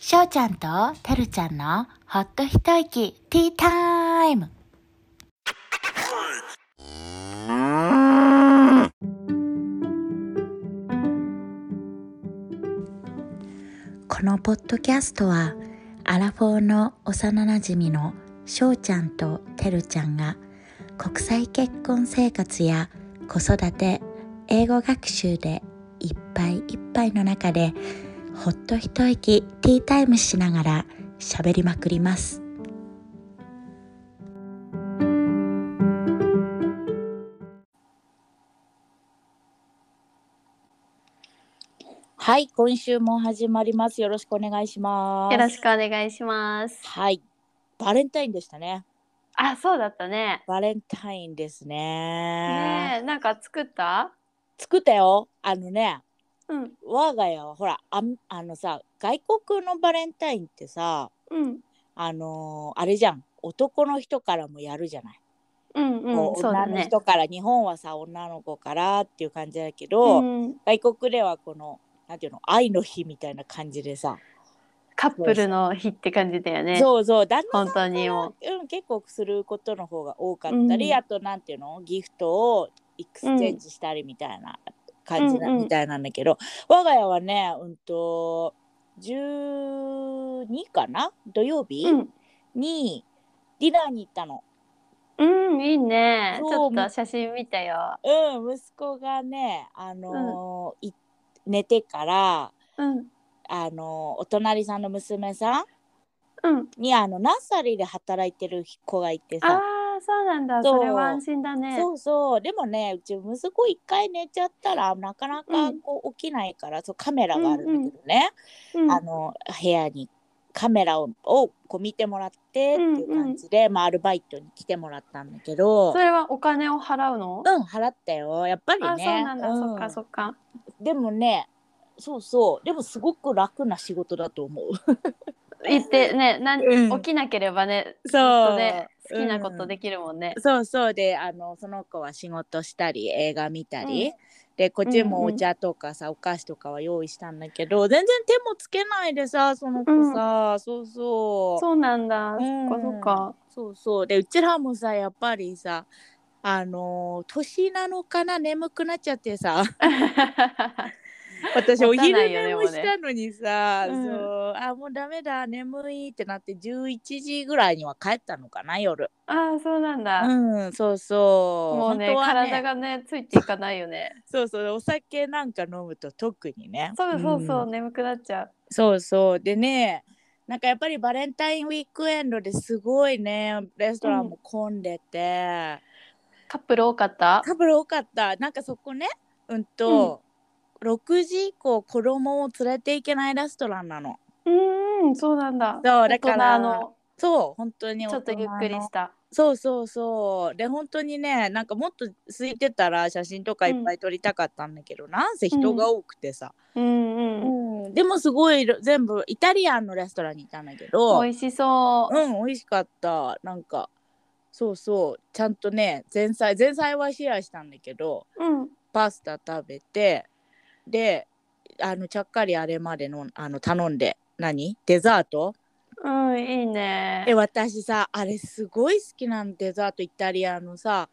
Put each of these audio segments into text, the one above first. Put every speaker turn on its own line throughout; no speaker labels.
しょうちゃんとてるちゃんのほっと一息ティータイムこのポッドキャストはアラフォーの幼なじみのしょうちゃんとてるちゃんが国際結婚生活や子育て英語学習でいっぱいいっぱいの中でほっと一息ティータイムしながら喋りまくりますはい今週も始まりますよろしくお願いします
よろしくお願いします。
はいバレンタインでしたね
あ、そうだったね。
バレンタインですね
ねえ、なんか作った？
作ったよあのね
うん
我が家はほらあんあのさ外国のバレンタインってさ
うん
あのーあれじゃん男の人からもやるじゃない、
うんうん
こ。う
そうだ
女の
ね。
人から日本はさ女の子からっていう感じだけど、
うん、
外国ではこのなんていうの愛の日みたいな感じでさ、
カップルの日って感じだよね。
そうそう旦那
本当にも
さん、うん、結構することの方が多かったり、
うん
あとなんていうのギフトをエクスチェンジしたりみたいな感じな、
うんうん
みたいなんだけど我が家はねうんと12かな土曜日、
う。
にディナーに行ったの。
うん、うん、いいね。
そう
ちょっと写真見たよ。
うん、息子がね、あのーい寝てから、
うん
あのーお隣さんの娘さん
うん。
にあのナッサリーで働いてる子がいて
あ
さ。
あ、そうなんだ。
そう
それは安心だね。
そうそうでもねうち息子一回寝ちゃったらなかなかこう起きないから、そうカメラがあるんだけどね、
うん
あの部屋にカメラををこう見てもらってっていう感じで、まあ、アルバイトに来てもらったんだけど
そ、れはお金を払うの？
うん、払ったよやっぱりね
あ、そうなんだ。
うん
そっかそっか。
でもねそうそうでもすごく楽な仕事だと思う。
行ってね、なん、
うん
起きなければね、
そう
ずっとね、好きなこ
う
と
ん
できるもんね。
そうそうであのその子は仕事したり映画見たり、
うん
でこっちも
うんう
お
ん
茶とかさ、お菓子とかは用意したんだけど全然手もつけないでさその子さ、そうそう
そうなんだ。そっかそっか。
そうそうでうちらもさやっぱりさあのー年なのかな眠くなっちゃって さ私お
持た
昼
ないよね
寝
も
も
うね
したのにさ、
うん
そうあもうダメだ眠いってなって11時ぐらいには帰ったのかな夜
ああそうなんだ。
うんそうそう
もうね
本当は
体がねついていかないよね。
そうそうお酒なんか飲むと特にね
そうそうそう、
ん
眠くなっちゃう。
そうそうでねなんかやっぱりバレンタインウィークエンドですごいねレストランも混んでて、
カップル多かった？
カップル多かったなんかそこねうんと、6時以降子供を連れていけないレストランなの
うーんそうなんだ。
そうだから
大人の
そう本当に
ち
大
ょっと
人の
ゆっくりした。
そうそうそうで本当にねなんかもっと空いてたら写真とかいっぱい撮りたかったんだけど、なんせ人が多くてさ、
うんうん。
うんでもすごい全部イタリアンのレストランにいたんだけど
美味しそう。
うん美味しかったなんかそうそうちゃんとね前菜前菜はシェアしたんだけど
うん。
パスタ食べてであのちゃっかりあれまでのあの頼んで何デザート
うん、いいね
え。私さあれすごい好きなんデザートイタリアのさ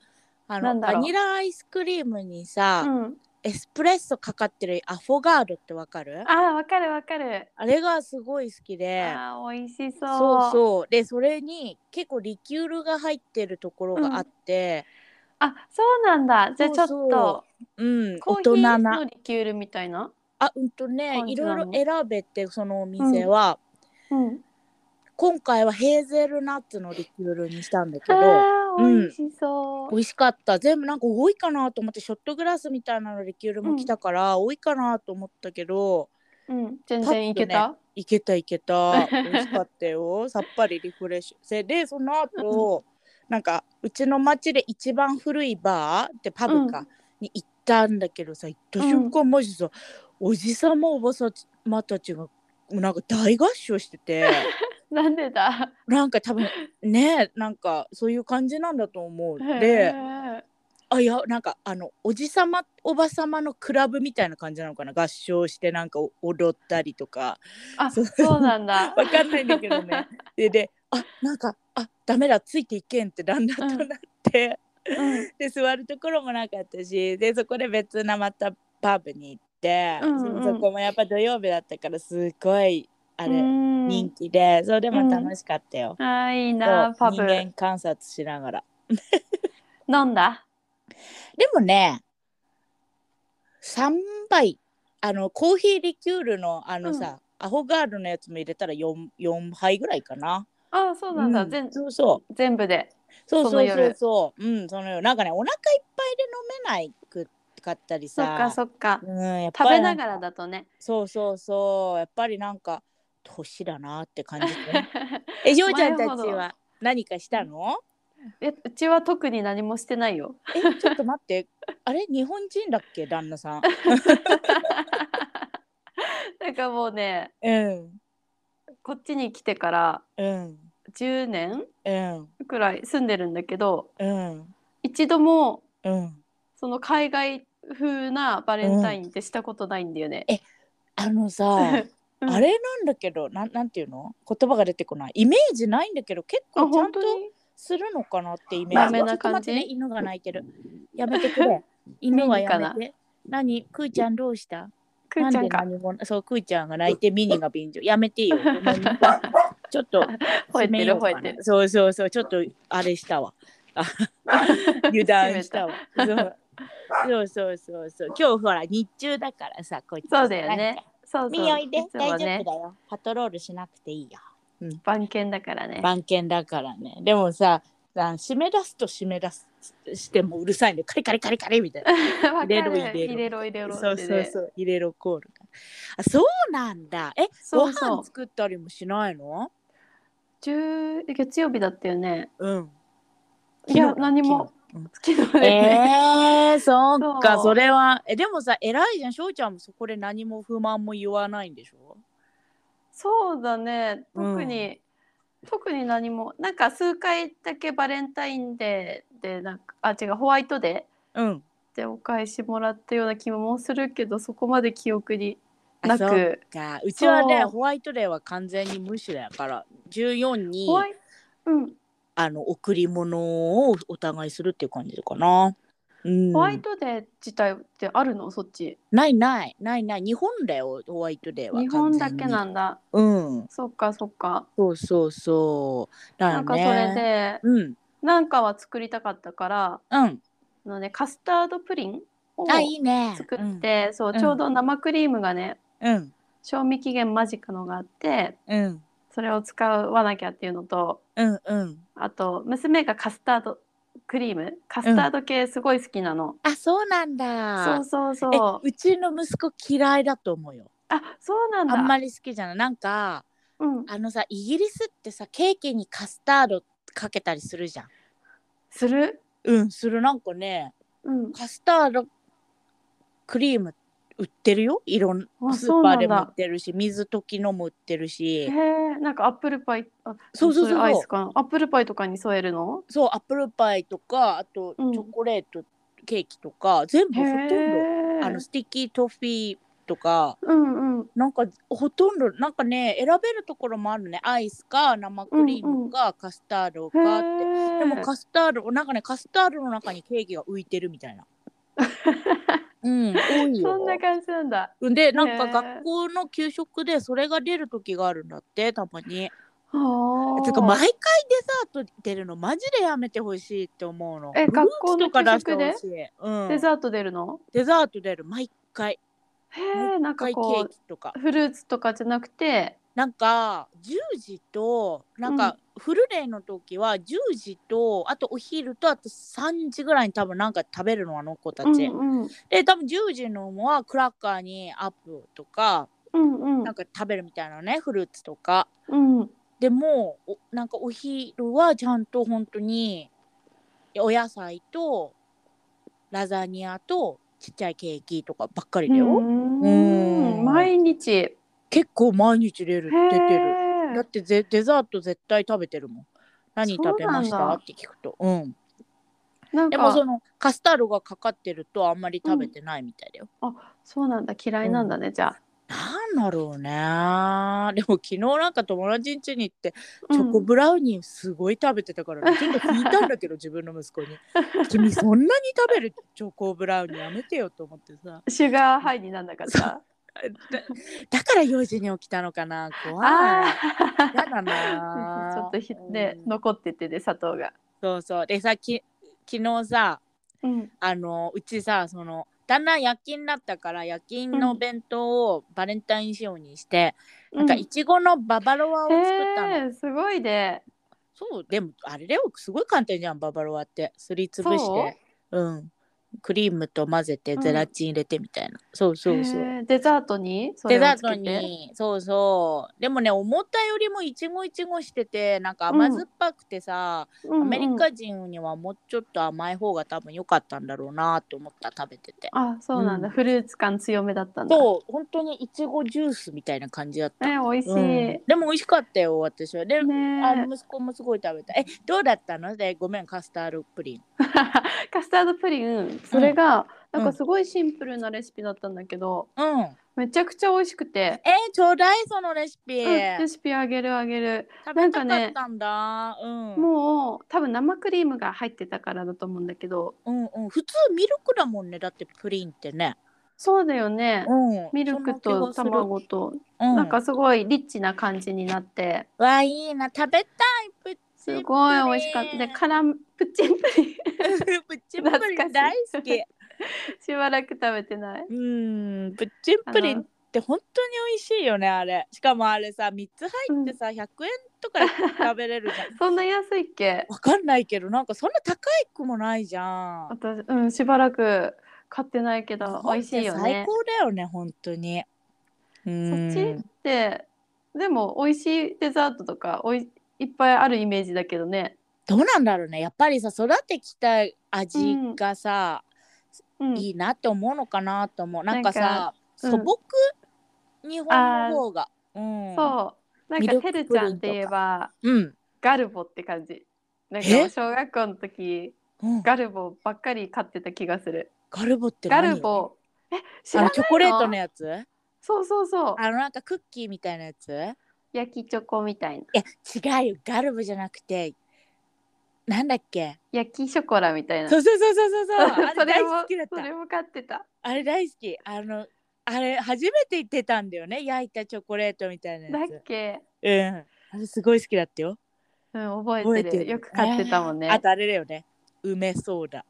あ
な
の
んだ
バ
ろう
ニラアイスクリームにさ、
うん、
エスプレッソかかってるアフォガードってわかるあ
あーわかるわかる。
れがすごい好きで
あー美味しそう。
そうそうでそれに結構リキュールが入ってるところがあって、
あそうなんだ。じゃあちょっ
そうそ
と
うん
コ
大
ーヒ
人な
ーのリキュールみたいな。
あうんとね
感
い
じな
ろい
の
ろ選べてそのお店は、
うん。
今回はヘーゼルナッツのリキュールにしたんだけど
あー
うん
美味しそう
美。味しかった全部なんか多いかなと思ってショットグラスみたいなのリキュールも来たから、多いかなと思ったけど
うん、全然いけた。
いけたいけた美味しかったよさっぱりリフレッシュせでその後、なんかうちの町で一番古いバーってパブか、
う
に行ったんだけどさ行った瞬間、マジさおじさまおばさまたちがなんか大合唱してて
なんでだ。
なんか多分ねなんかそういう感じなんだと思う
へ
で
ー
あいやなんかあのおじさまおばさまのクラブみたいな感じなのかな合唱してなんかお踊ったりとか
あ、
そう
そうなん だ。
わかんないんだけど ね。でであなんかあダメだついていけんってだんだんとなって、
うん。
で座るところもなかったしでそこで別なまたパブに行って、
うんうん
そそこもやっぱ土曜日だったからすごいあれ、
うん
人気でそれでも楽しかったよ。
あーいい
そ
な
う
パ
人
ブ
間観察しながら。
飲んだ
でもね3杯あのコーヒーリキュールのあのさ、アホガールのやつも入れたら 4, 4杯ぐらいかな。
あーそうなんだ、全
そうそう
全部で
そうそう
その
そう
夜
そう。うん、そのよ。なんかね、お腹いっぱいで飲めないくかったり
そっか
さ。
そっか
うん、やっぱ
食
り
べながら
んか。
だとね
そうそうそう。やっぱりなんか、年だなって感じする。 え、ようちゃんた
前
ち
ほど
は何かしたの
えうちは特に何もしてないよ
え、ちょっと待って。 あれ日本人だっけ旦那さん。
なんかもうね
うん。
こっちに来てから
うん。
10年
うん。
くらい住んでるんだけど
うん。
一度も
うん。
その海外風なバレンタインってしたことないんだよね。、
あのさ
うん
あれなんだけど、なん、なんていうの言葉が出てこない。イメージないんだけど、結
あ
構ちゃ
本
んと
当。に
するのかなってイメー
ダ
ジ。
メな感
ち
じ
ょっと待ってね、犬が鳴いてる。やめてく れ。犬はやめて。何くーちゃんどうした
くーちゃん
な
か
で何もそう、くーちゃんが泣いてミニが便乗。やめて よ。ごめんねちょっと、
吠えてる
閉めようかな
吠えてる
そうそうそう、ちょっとあれした わ。あ油断したわ。そうそうそうそうそう。今日ほら、日中だからさ、こっち。
そうだよね。。そうそう
みおいで、
いつ
大丈
も
夫だ
ね
よ。パトロールしなくていいよ。
番犬だから ね。
番犬だからねでもささ締め出すと締め出すしてもうるさいねカリカリカリカリみたいな
入
れろ入
入
れ
れろ入れろ
そう
って
そう
ね
そう入れろコールがあそうなんだえ
そうそう
ご飯作ったりもしないの
10月曜日だったよね
うん
いや
昨日
何も
昨日
昨
う
日
んえ
ね、
ー、そっか
そ
そうれはえでもさ偉いじゃん翔ちゃんもそこで何も不満も言わないんでしょ
そうだね
うん
特に、特に何もなんか数回だけバレンタインデーでなんかあ違うホワイトデ
うん
ーでお返しもらったような気もするけどそこまで記憶に
あ
な
そっ
く
かうちはね
そう
ホワイトデーは完全に無視だから14に
ホワイうん、
あの贈り物をお互いするっていう感じかな。うん、
ホワイトデー自体ってあるのそっち
ないないないない日本だよホワイトデーは
日本だけなんんだ
うん
そっかそっか
そうそうそうだ
な
よ
んか
ね
それで
うん
なんかは作りたかったから
うん
あのねカスタードプリンを
あいいね
作って、そうちょうど生クリームがね、
うん
賞味期限間近のがあって
うん
それを使わなきゃっていうのと
うんうん
あと娘がカスタードクリームカスタード系すごい好きなの、
あそうなんだ
そうそうそう
えうちの息子嫌いだと思うよ
あそうなんだ
あんま
り、
り好きじゃないなんか
うん、
あのさイギリスってさケーキにカスタードかけたりするじゃん
する、
うんするなんかね
うん、
カスタードクリーム売ってるよいろん
あ
スーパーで
そ
も売
うなんだ
ってるし水溶きのも売ってる
へ
し
えんかアップルパイあ
そうそうそうそう
れアイスかアップルパイとかに添えるの
そうアップルパイとかあとチ
うん
ョコレート、ケーキとか全部
へ
ほとん
え
どあのスティッキートフィーとか
うんうん
なんかほとんどなんかね選べるところもあるねアイスか生クリームか、カスタード
へ
かって。
え
でもカスタードなんかねカスタードの中にケーキが浮いてるみ たいな。うん、多いよ
そんな感じなんだ
でなんか
へー
学校の給食でそれが出る時があるんだってたまに。
はあ
てか毎回デザート出るのマジでやめてほしいって思うの。
え
フルーツ
学校の
とか出
給
してほ
食で
しい。うん、
デ
デザ
ザート出るの
ート出る毎回
へえなんか
毎回ケ
こ
ー
う
キとか
フルーツとかじゃなくて
なんか10時となんかフルデーの時は10時とあとお昼とあと3時ぐらいに多分なんか食べるのあの子たち。
うんうん
で多分10時のもはクラッカーにアップルとか
うんうん
なんか食べるみたいなねフルーツとか。
うん
でもおなんかお昼はちゃんと本当にお野菜とラザニアとちっちゃいケーキとかばっかりだよ、
う
うん
ん毎日へ
結構毎日出る出てる
え
だってぜデザート絶対食べてるもん何食べまし
そうな
た
んだ
って聞くとうん
なん
でも
か
そのカスタードがかかってるとあんまり食べてないみたいだよ。
そうなんだ嫌いなんだね、じゃあ。
なんだろうね。でも昨日なんか友達ん家に行って
うん
チョコブラウニーすごい食べてたから、ねちょっと聞いたんだ けど自分の息子に「君そんなに食べるチョコブラウニーやめてよ」と思ってさ
シュガーハイになんなかった。
だから4時に起きたのかな怖い
あ。
やだ
あ。
な
ちょっとひね、
うん
残っててで砂糖が。
そうそうでさき昨日さ
うん。
あのうちさそのだんだん夜勤になったから夜勤の弁当をバレンタイン仕様にして、なんかいちごのババロアを
うん
作ったの、
へーすごいね。
そうでもあれレオすごい簡単じゃんババロアってすりつぶしてうんクリームと混ぜてゼラチン入れてみたいな、そうそうそう、
へーデザートにそれ
デ
を
ザー
つ
ト
けて
にそうそうでもね思ったよりもいちごいちごしててなんか甘酸っぱくてさ、
うんうん
アメリカ人にはもうちょっと甘い方が多分良かったんだろうなって思った食べてて
あそうなんだ、
うん
フルーツ感強めだったんだ。
そう本当にいちごジュースみたいな感じだった、
ね美味しい。
うんでも美味しかったよ私はで、あ
ね
の息子もすごい食べたえどうだったのでごめんカスタードプリン
カスタードプリンそれが、
うん
なんかすごいシンプルなレシピだったんだけど、
うん
めちゃくちゃ美味しくて、
えー、ちょうだいそのレシピ、
うんレシピあげるあげる
食
な
べ
ん
た
か
かっ
ね
たんだうん
もう多分生クリームが入ってたからだと思うんだけど
うんうん普通ミルクだもんねだってプリンってね
そうだよね、
うん
ミルクと
そんな気がする
卵と、
うん、
なんかすごいリッチな感じになって
わいいな食べたいプッチ
すごい美味しかったでカランプッチンプリン
ンプッチンプリン大好き
しばらく食べてない
うんプッチンプリンって本当に美味しいよねあれしかもあれさ3つ入ってさ、100円とかで食べれるじゃん
そんな安いっけ
わかんないけどなんかそんな高いくもないじゃん
私うんしばらく買ってないけど美味しいよ
最
ね
高だよね本当にう
そっち
ん
ってでも美味しいデザートとかおいいっぱいあるイメージだけどね、
どうなんだろうねやっぱりさ育ってきた味がさ、
うん、
いいなって思うのかなと思うなんかさ
な
素
んかうん
朴、日本の方がうん
そうなん
ミル
か
ク
てる
プリ
ちゃ
ン
ん
と
って
か
言えば
うん
ガルボって感じなんか
え
小学校の時
うん
ガルボばっかり買ってた気がする
ガルボって
ガ
何
ルボえ知
あ
らな
の
い
チョコレートのやつ
そうそうそう
あのなんかクッキーみたいなやつい
焼きチョコみたいな
や違うよガルボじゃなくてなんだっけ
焼きショコラみたいな
そうそうそうそうそうそうあれ
それ
大
も
好きだっ
そ
た
れも買ってた
あれ大好きあのあれ初めて出たんだよね焼いたチョコレートみたいな
だ
やつ
っけ
うんあれすごい好きだったよ
うん覚えてる
覚えてる
よく買ってたもんね
あとあれだよね梅ソーダ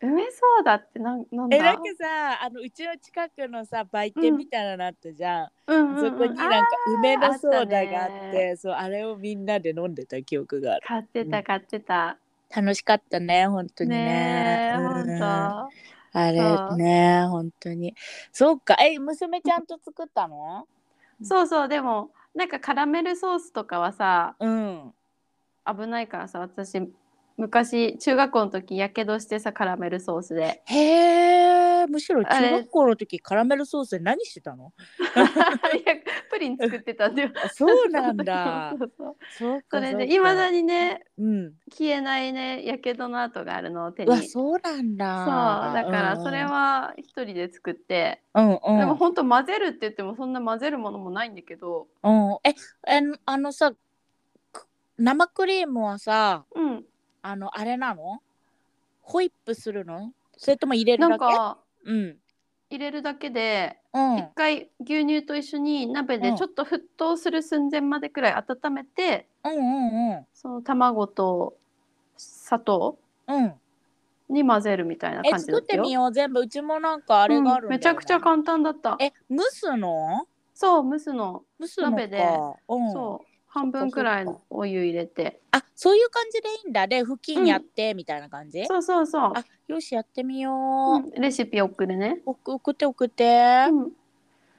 梅ソーダってなんなんだ
えなんかさあのうちの近くのさ売店みたいなのあったじゃん、
うんうんう
そ
ん
こになん
あ
か梅のソーダがあっ
あ
て
ったね
そうあれをみんなで飲んでた記憶がある
買って
うん
た買ってた、
楽しかったね本当にね
ねえ
うん
ほんと
あ
そ
れ
う
ね本当にそうかえ娘ちゃんと作ったの
そうそうでもなんかカラメルソースとかはさ
うん
危ないからさ私昔中学校の時やけどしてさカラメルソー スで
へえむしろ
あ
中
れ
学校の時カラメルソースで何してたの
いやプリン作ってたんだよ
あそうなんだ
そう そう
そうか
それ
う
で
か
いまだにね
うん
消えないねやけどの跡があるの手
う
に
わ
そう
そうなんだ
だからそれ
は
は一人で作って、
うんうん
でもほんと混ぜるって言ってもそんな混ぜるものもないんだけど
うん、ええあのさく生クリームはさ
うん
あのあれなのホイップするのそれとも入れるだけ
なんか
うん
入れるだけで
うん
一回牛乳と一緒に鍋
う
で
ん
ちょっと沸騰する寸前までくらい温めて、
うんうんうん
その卵と砂糖
うん
に混ぜるみたいな
え
感じだ
作
っ
ったて
よ。
みよう全部うちもなんかあれがあるんだよね、
うんめちゃくちゃ簡単だった。
え蒸すの
そう蒸すの、
蒸すのか
鍋で
うん、
そう半分くらいのお湯入れて、
あそういう感じでいいんだで布巾やってみたいな感じ、
そうそうそう。
あよしやってみよ
う
う、
んレシピ送るね。
おく送って送って、
うん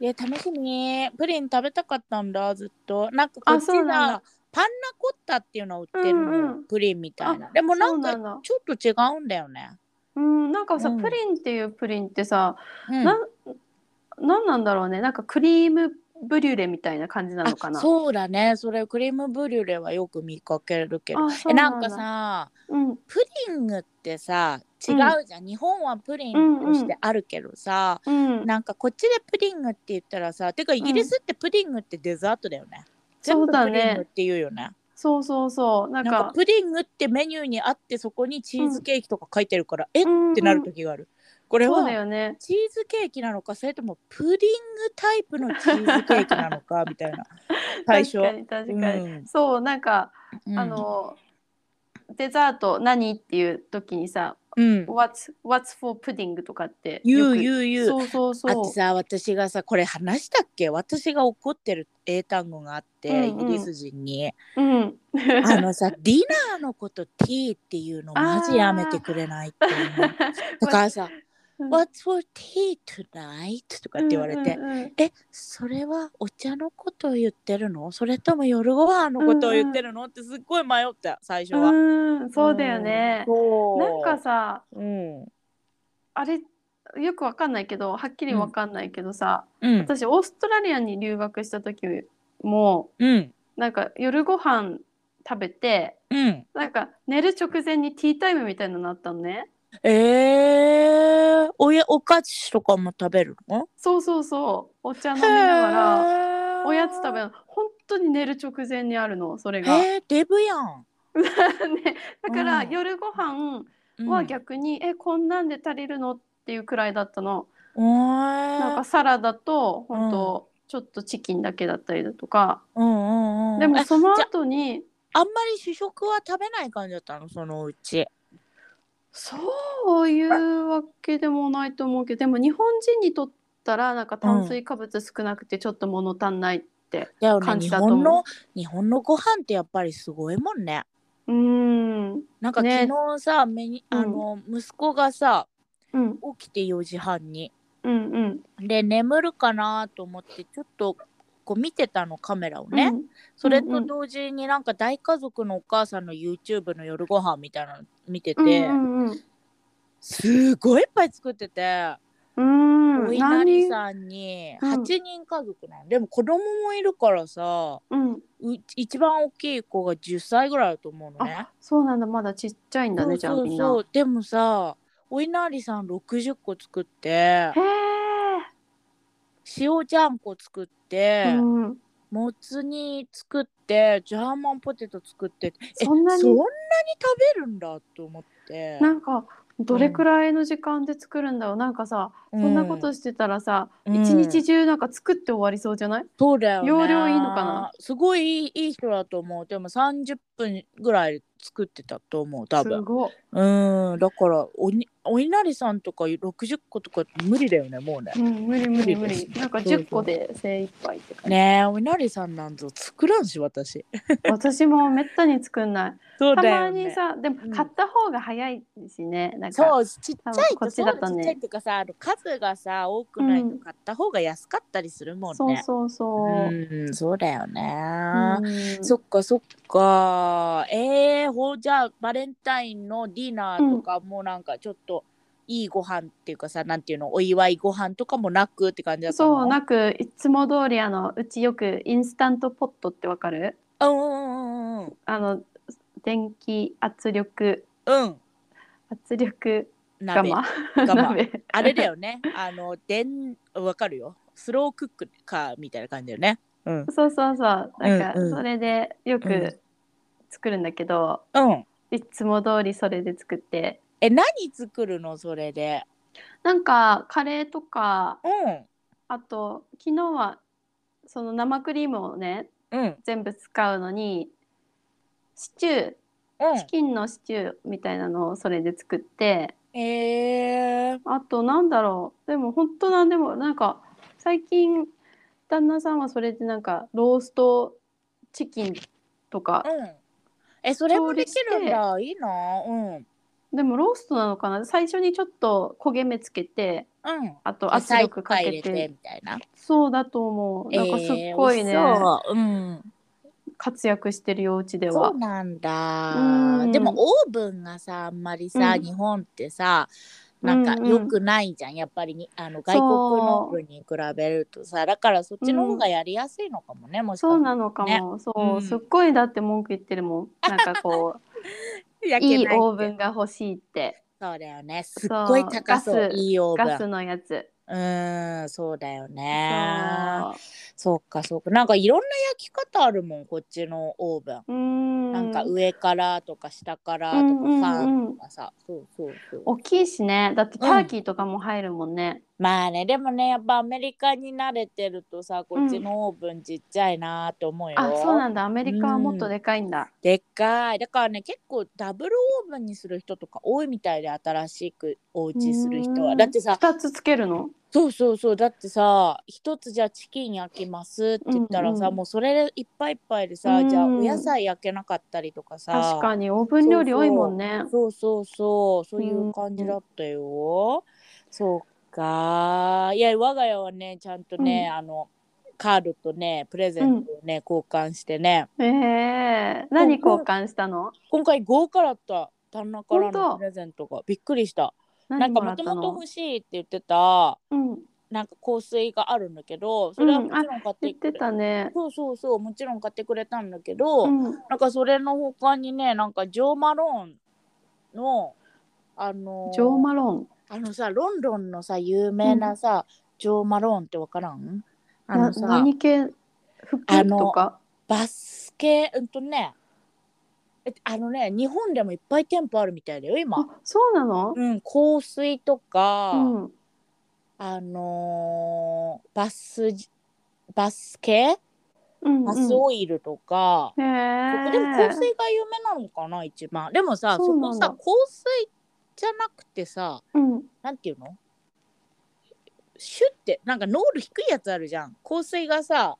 え楽しみプリン食べたかったんだずっとなんかこ
あ
っち
そうなん
が
だ
パンナコッタっていうのを売ってるの、
うんうん
プリンみたいな
あ
でもなん
そ
か
うだ
ちょっと違うんだよね、
うんなんかさ、
うん
プリンっていうプリンってさ、
うん、
なんなんなんだろうねなんかクリームブリュレみたいな感じなのかな
あそうだねそれクリームブリュレはよく見かけるけど
あそ
え
う
なん
だ
かさ
うん
プリングってさ違うじゃん、日本はプリ
うん
ン
う
と
ん
してあるけどさ、
うん
なんかこっちでプリングって言ったらさてかイギリスってプリングってデザートだよね、
そうだ
全部プリングっ
ね
て言うよね
そうそうそうなん
な
か
んかプリングってメニューにあってそこにチーズケーキとか書いてるから、えっ
うん
てなる時があるこ
う
れ
んそうだ
は
よね
チーズケーキなのかそれともプリングタイプのチーズケーキなの かみたいな対象
確かに確かに、
うん
そうなんか、
うん
あのデザート何っていう時にさ
うん
「What's, what's for pudding」とかって
言う
よく
言う言う
そうそう
あと
そう
さ私がさこれ話したっけ私が怒ってる英単語があって、
うんうん
イギリス人に
うん
あの さディナーのことティーっていうのマジやめてくれないっていうのだからさ 「
うん
What's for tea tonight?」とかって言われて、
うんうんうん
えそれはお茶のことを言ってるのそれとも夜ご飯のことを言ってるの、ってすっごい迷った最初は、
うんそうだよね
うん
なん
そう
かさ
うん
あれよくわかんないけどはっきりわかんないけどさ、
うん
私オーストラリアに留学した時も
うん
なんか夜ご飯食べて
うん
なんか寝る直前にティータイムみたいなのあったのね
えー、おやお菓子とかも食べるの
そうそうそうお茶飲みながら
ら
おやつ食べる本当に寝る直前にあるのそれが、
えー、デブやん、
ね、だから
うん
夜ご飯
うん、
は逆に、えこんなんで足りるのっていうくらいだったのなん
な
かサラダと本当、ちょっとチキンだけだったりだとか、
うんうんうん
でも
え
その
じゃ
後に
あんまり主食は食べない感じだったのそのうち
そういうわけでもないと思うけどでも日本人にとったらなんか炭水化物少なくてちょっと物足んないって
だよね
感じ
日
だと思う
本の日本のご飯ってやっぱりすごいもんね
うん
なんか
ね
昨日さ、目に
うん
あの、息子がさ
うん
起きて4時半に
うんうん
で眠るかなと思ってちょっとこう見てたのカメラをね、
うん
それ
うんう
と
ん
同時になんか大家族のお母さんの YouTube の夜ご飯みたいなの見てて、
うん
すごいいっぱい作ってて、
うんうん
お
うん
稲荷
何
さんに
うん
8人家族なの、でも子供もいるからさ
うん
う一番大きい子が10歳ぐらいだと思うのね
あ。そうなんだまだちっちゃいんだねじゃあ
そう
みん
そ
な
うでもさお稲荷さん60個作って
へ
塩ちゃんこ作って、
え、うん、
もつ煮作ってジャーマンポテト作ってえ
そんなに
そんなに食べるんだと思って
なんかどれくらいの時間で作るんだろうなんかさそんなこ
う
としてたらさ
うん
一、日中なんか作って終わりそうじゃない
そうだよね
容量いいのかな
すごいいいいい人だと思うでも30分ぐらい作ってたと思う多
す
分
ごい
うんだからおにお稲荷さんとか60個とか無理だよねもうね
うん、無理無理無
無理
理。なんか
そうそう
10個で精一杯って感じ。
ねえお稲荷さんなんぞ作らんし私
私もめったに作んない。
そう
た
だ
ま
よ、ね、
にさ、で
う
も
ん
買った方が早いしね。なんか
そうちっちゃい
多分こっちだ
そ
とね
うちっちゃいっていうかさあの数がさ多くないと買った方が安かったりするもん
そう
ね。
そうそう。
うんそうだよね、
うん
そっかそっかえー、ほじゃあバレンタインのディナーとかもなんかちょっといいご飯っていうかさ、なんていうのお祝いご飯とかもなくって感じだったの
そうなくいつも通りあのうちよくインスタントポットってわかる
うんうんうん
あの電気圧力
うんうん
圧力ガ
鍋
マ
ガマ
鍋
あれだよねあのでんわかるよスロークックかみたいな感じだよねうん
そうそうそうなんか
うんうん
それでよ
うん
く作るんだけど、
うん
いつも通りそれで作って
え何作るのそれで
なんかカレーとか
うん
あと昨日はその生クリームをね
うん
全部使うのにシチュ
う
ーチキンのシチューみたいなのをそれで作って
んえー、
あとなんだろうでも本当なんでもなんか最近旦那さんはそれでなんかローストチキンとか
うんえそれもできるん
調
だいいなうんうん
でもローストなのかな最初にちょっと焦げ目つけてあと圧力かけ
野菜いっぱい入れ
て
みたいな
そうだと思うなんかすっごいね、
えー美味しそううん
活躍してるようちで
そ
は
うなん
う
だ
ん
でもオーブンがさあんまりさ、
うん
日本ってさなんか
うんうん
良くないじゃん、やっぱりにあの外国の
そう
分に比べるとさだからそっちの方がやりやすいのかもね、もしか
そう
し
なのかも、そう、
うん
すっごいだって文句言って るもんなんかこ
て
う
焼
い
け
い
ないって
オーブンが欲しいって
そうだよねすっごい高そう
そうガス
いいオーブ
ガ
ン
スのやつ、
うーんそうだよね
そう
そうかそうかなんかいろんな焼き方あるもんこっちのオーブン
うーん
なんか上からとか下からとか
う
フ
んうんうん
ァンとかさ、そうそうそう
大きいしねだってターキーとかも入るもんね、
まあねでもねやっぱアメリカに慣れてるとさこっちのオーブンちっちゃいなーって思うよ、
あそうなんだアメリカはもっとでかいんだ、
でっかいだからね結構ダブルオーブンにする人とか多いみたいで新しくお
う
家する人
ー
は
ん
だってさ
2つつけるの
そうそうそうだってさ一つじゃあチキン焼きますって言ったらさ、
うんうん
もうそれいっぱいいっぱいでさ、じゃあお
うん
野菜焼けなかったりとかさ
確かにオーブン料理多いもんね
そうそうそう、そういう感じだったよ。そうか。いや、我が家はね、ちゃんとね、あの、カードとね、プレゼントをね、交換してね。
えー、何交換したの
今回豪華だった。旦那から
本当
のプレゼントがびっくりした。な
何
んか
もら
も
っ
と
た
もと
の
欲しいって言ってた、
うん
なんか香水があるんだけど、それはもちろん買って
言ってたね
そうそうそう、もちろん買ってくれたんだけど、
うん
なんかそれの他にね、なんかジョー・マローンの、あの
ジョー・マロ
あのさ、ロンドンのさ、有名なさ、ジョー・マローンってわからん
ー
あ
ン
の
な
さ、
何系
あ
服
の
とか
バスケ、うんとね、えあのね、日本でもいっぱい店舗あるみたいだよ、今。
あそうなの
うん、香水とか、
うん
あのーバス、バス系
うん
バ
う
ス
ん
オイルとか、そ
へえ
こでも香水が有名なのかな、一番。でもさ、そ
そうな
こさ、
んだ
香水じゃなくてさ、
うん
なんていうのシュってなんか濃度低いやつあるじゃん香水がさ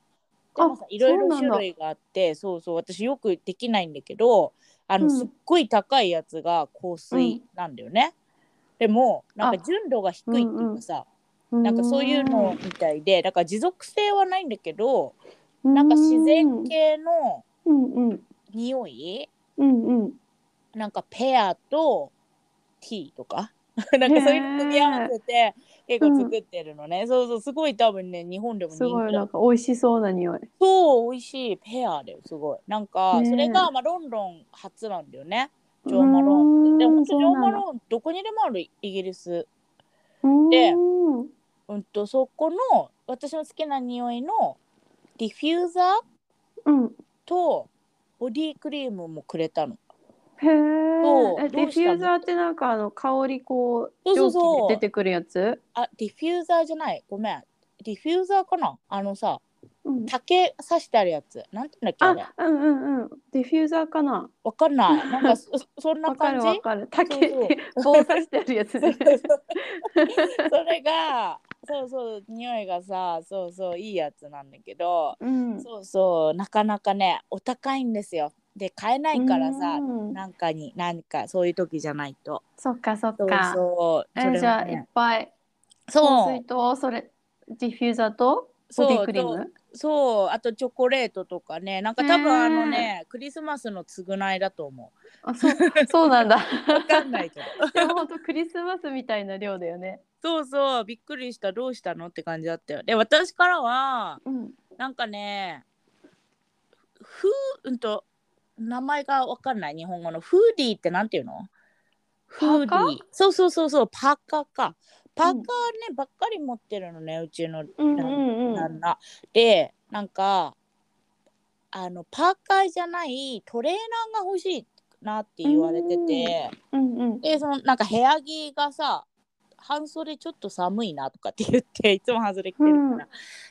でもさ
あ
いろい
そう
ろ
なんだ
種類があってそうそう私よくできないんだけどあの、
うん
すっごい高いやつが香水なんだよね、でもなんか
あ
純度が低いっていうかさ、
な
なんかそういうのみたいでだから持続性はないんだけどなんか自然系の
うんうん
匂い
うんうん
なんかペアとティーとか なんかそういうの組み合わせて結構作ってるのね、そうそうすごい多分ね日本でも
す
人
ごい
気
な
だ
んか美味しそうな匂い
そう美味しいペアだよすごいなんか
ねえ
それが、まあ、ロンドン初なんだよねジョー・マローンってでも本当ジョー・マローンどこにでもあるイギリス
ーン
で
うん
うんとそこの私の好きな匂いのディフューザー
うん
とボディクリームもくれたの
へ
そう
ーえ。
ど
ディ
う
フ
した
ュ
の
ーザーってなんかあの香りこう
そうそう
蒸
そう
気で出てくるやつ？
あディフューザーじゃないごめんディフューザーかなあのさ
うん
竹刺してあるやつなんていうんだっけあれ
あ、うんうんうん。ディフューザーかな。
わかんないなんかそ そんな
わか
感
る
じ
わかる。竹で
そう
棒刺してあるやつ
そ
ね
う。そうそう それがそうそう匂いがさそうそういいやつなんだけど、
うん。
そうそうなかなかねお高いんですよで買えないからさ
うん
なんかになんかそういう時じゃないと
そっかそっ
そう
か。
そうそ
え
れ
じゃ
は
あいっ
ね
ぱい香
そ
水とそれディフューザーとボデ
そ
ィ
う
クリーム。
そうあとチョコレートとかねなんか多分
ねえ
あのねクリスマスの償いだと思
あ、そうそうなんだ。
うわかんないけど
でも本当クリスマスみたいな量だよね。
そうそうびっくりしたどうしたのって感じだったよで私からは
うん。
なんかねふうんと名前がわかんない日本語のフーディーってなんていうのフーデ
パー
ィーそうそうそうそうパーカーかパーカー
う
ね
ん、
ばっかり持ってるのねうちの
うんうんうん。
旦那、でなんかあのパーカーじゃないトレーナーが欲しいなって言われてて
うんうん。
でそのなんか部屋着がさ半袖ちょっと寒いなとかって言って いつも半袖着てるから、
うん